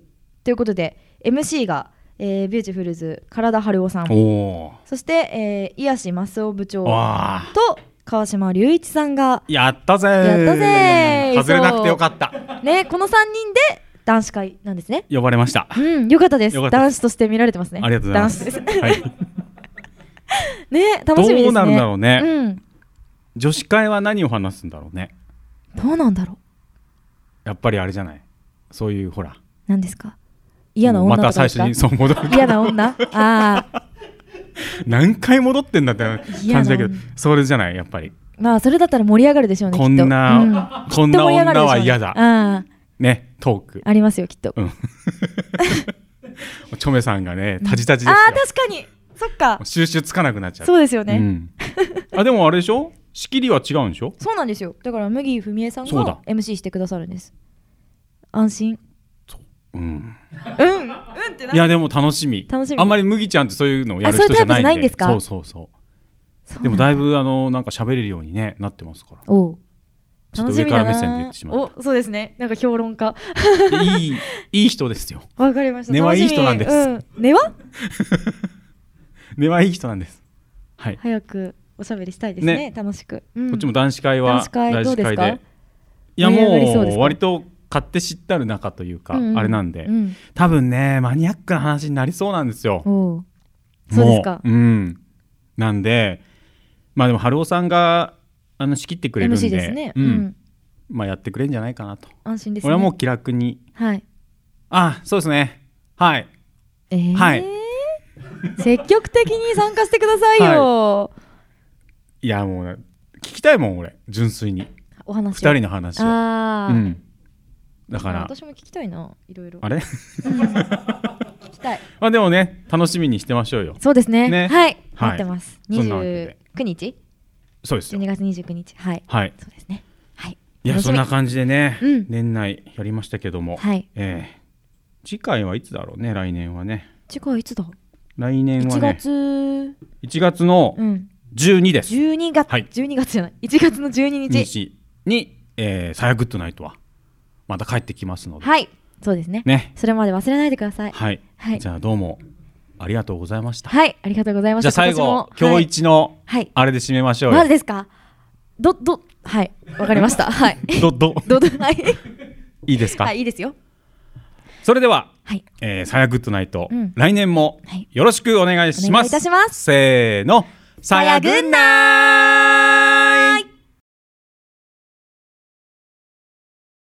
Speaker 2: ということで MC が、えービューティフルズ唐田春夫さん
Speaker 1: お、お
Speaker 2: そして、えー、癒しマスオ部長
Speaker 1: ー。わあ。
Speaker 2: と川島隆一さんが
Speaker 1: やったぜー。
Speaker 2: やったぜー
Speaker 1: 外れなくてよかった。
Speaker 2: ねこの3人で男子会なんですね
Speaker 1: 呼ばれま した。
Speaker 2: うんよかったです
Speaker 1: よかった
Speaker 2: 男子として見られてますね
Speaker 1: ありがとうございます。
Speaker 2: 男子で
Speaker 1: はい。
Speaker 2: すね楽しみですね
Speaker 1: どうなるんだろうね。
Speaker 2: うん
Speaker 1: 女子会は何を話すんだろうね。
Speaker 2: どうなんだろう
Speaker 1: やっぱりあれじゃない。そういうほら。
Speaker 2: 何ですか嫌な女
Speaker 1: ま
Speaker 2: とか
Speaker 1: た最
Speaker 2: で
Speaker 1: 初
Speaker 2: すか
Speaker 1: にそう戻る。
Speaker 2: 嫌な女ああ
Speaker 1: 何回戻ってんだって感じだけど
Speaker 2: 嫌な、
Speaker 1: それじゃないやっぱり。
Speaker 2: まあそれだったら盛り上がるでしょうね
Speaker 1: こんな、
Speaker 2: き
Speaker 1: こ
Speaker 2: っ
Speaker 1: ん
Speaker 2: と、
Speaker 1: な
Speaker 2: うん、きっと盛り上が
Speaker 1: 女
Speaker 2: るでしょうね
Speaker 1: は嫌だ。
Speaker 2: あ
Speaker 1: ね、トーク。
Speaker 2: あありますよきっと、
Speaker 1: うん。チョメさんがね、タジタジで
Speaker 2: あ
Speaker 1: すよ
Speaker 2: あ。確かにそっか
Speaker 1: もう収集つかなくなっちゃう。
Speaker 2: そうですよね、
Speaker 1: うん、あでもあれでしょ仕切りは違うんでしょ
Speaker 2: そうなんですよだから麦文枝さん
Speaker 1: そうだ
Speaker 2: が MC してくださるんです安心
Speaker 1: うん、
Speaker 2: うんうんってない
Speaker 1: やでも楽しみ
Speaker 2: 楽しみ
Speaker 1: あんまり麦ちゃんってそういうのをやる
Speaker 2: あそうい
Speaker 1: 人じ
Speaker 2: うタ
Speaker 1: ゃ
Speaker 2: イ
Speaker 1: ないんで
Speaker 2: プじゃないんですか
Speaker 1: そうそうそうでもだいぶあのなんか喋れるようにねなってますから
Speaker 2: おう
Speaker 1: ちょっ
Speaker 2: 楽
Speaker 1: と
Speaker 2: し
Speaker 1: 上
Speaker 2: み
Speaker 1: か
Speaker 2: だ
Speaker 1: ら
Speaker 2: な
Speaker 1: 目線で言ってしまっ
Speaker 2: おそうですねなんか評論家
Speaker 1: たいいいい人ですよ
Speaker 2: わかりました
Speaker 1: 根は
Speaker 2: 楽しみ
Speaker 1: いい人なんです
Speaker 2: うん、根は
Speaker 1: 根はいい人なんですはい、
Speaker 2: 早くおしゃべりしたいですね
Speaker 1: ね
Speaker 2: 楽しく、うん
Speaker 1: こっちも男子会は
Speaker 2: 男子会どうですか
Speaker 1: いや
Speaker 2: 盛り上がりそう
Speaker 1: もう
Speaker 2: ですか
Speaker 1: 割と勝手知ったる仲というか、
Speaker 2: うんうん
Speaker 1: あれなんで、
Speaker 2: うん
Speaker 1: 多分ねマニアックな話になりそうなんですよ
Speaker 2: おうそうですか
Speaker 1: もううん。なんで、まあでも春尾さんがあの仕切ってくれるんで、
Speaker 2: MC ですね、
Speaker 1: う
Speaker 2: うんん
Speaker 1: まあやってくれるんじゃないかなと。
Speaker 2: 安心ですね
Speaker 1: 俺はもう気楽に、
Speaker 2: はい
Speaker 1: あ、そうですね。はい。
Speaker 2: えー、
Speaker 1: はい
Speaker 2: 積極的に参加してくださいよ、
Speaker 1: いやもう聞きたいもん俺、純粋に
Speaker 2: お話
Speaker 1: 二
Speaker 2: を
Speaker 1: 人の話を。
Speaker 2: あ
Speaker 1: う
Speaker 2: ー、
Speaker 1: ん。だから、
Speaker 2: 私も聞きたいないろいろ
Speaker 1: あれ？
Speaker 2: 聞きたい
Speaker 1: まあでもね、楽しみにしてましょうよ。
Speaker 2: そうですね
Speaker 1: ね
Speaker 2: はい、
Speaker 1: はい
Speaker 2: 待ってます
Speaker 1: そんなわけ
Speaker 2: 29
Speaker 1: で
Speaker 2: 日
Speaker 1: そうですよ
Speaker 2: 12。月29日はい
Speaker 1: はい。
Speaker 2: そうですねはい
Speaker 1: いや
Speaker 2: 楽し
Speaker 1: そん
Speaker 2: み
Speaker 1: な感じでね、
Speaker 2: うん
Speaker 1: 年内やりましたけども、
Speaker 2: はい
Speaker 1: ええ次回はいつだろうね、来年はね。
Speaker 2: 次回いつだ
Speaker 1: 来年は
Speaker 2: 1
Speaker 1: ね、
Speaker 2: 月、
Speaker 1: 1月の
Speaker 2: うん
Speaker 1: 12です。
Speaker 2: 12月、
Speaker 1: はい
Speaker 2: 12月じゃない1月の12日
Speaker 1: 日に、えー、サヤグッドナイトはまた帰ってきますので、
Speaker 2: はいそうですね
Speaker 1: ね、
Speaker 2: それまで忘れないでください
Speaker 1: はい、
Speaker 2: はい
Speaker 1: じゃあどうもありがとうございました。
Speaker 2: はいありがとうございまし
Speaker 1: じゃ
Speaker 2: た
Speaker 1: あ最後、今日
Speaker 2: 今年も
Speaker 1: 一の
Speaker 2: はい、はい
Speaker 1: あれで締めましょうよ。
Speaker 2: まだですかどどはいわかりましたはい
Speaker 1: どど
Speaker 2: どうぞはい
Speaker 1: いいですか、
Speaker 2: はいいいですよ
Speaker 1: それでは、
Speaker 2: はい
Speaker 1: えー、サヤグッドナイト、
Speaker 2: うん
Speaker 1: 来年も
Speaker 2: はい
Speaker 1: よろしくお願いします。
Speaker 2: お願いいたします
Speaker 1: せーの、さやぐんなー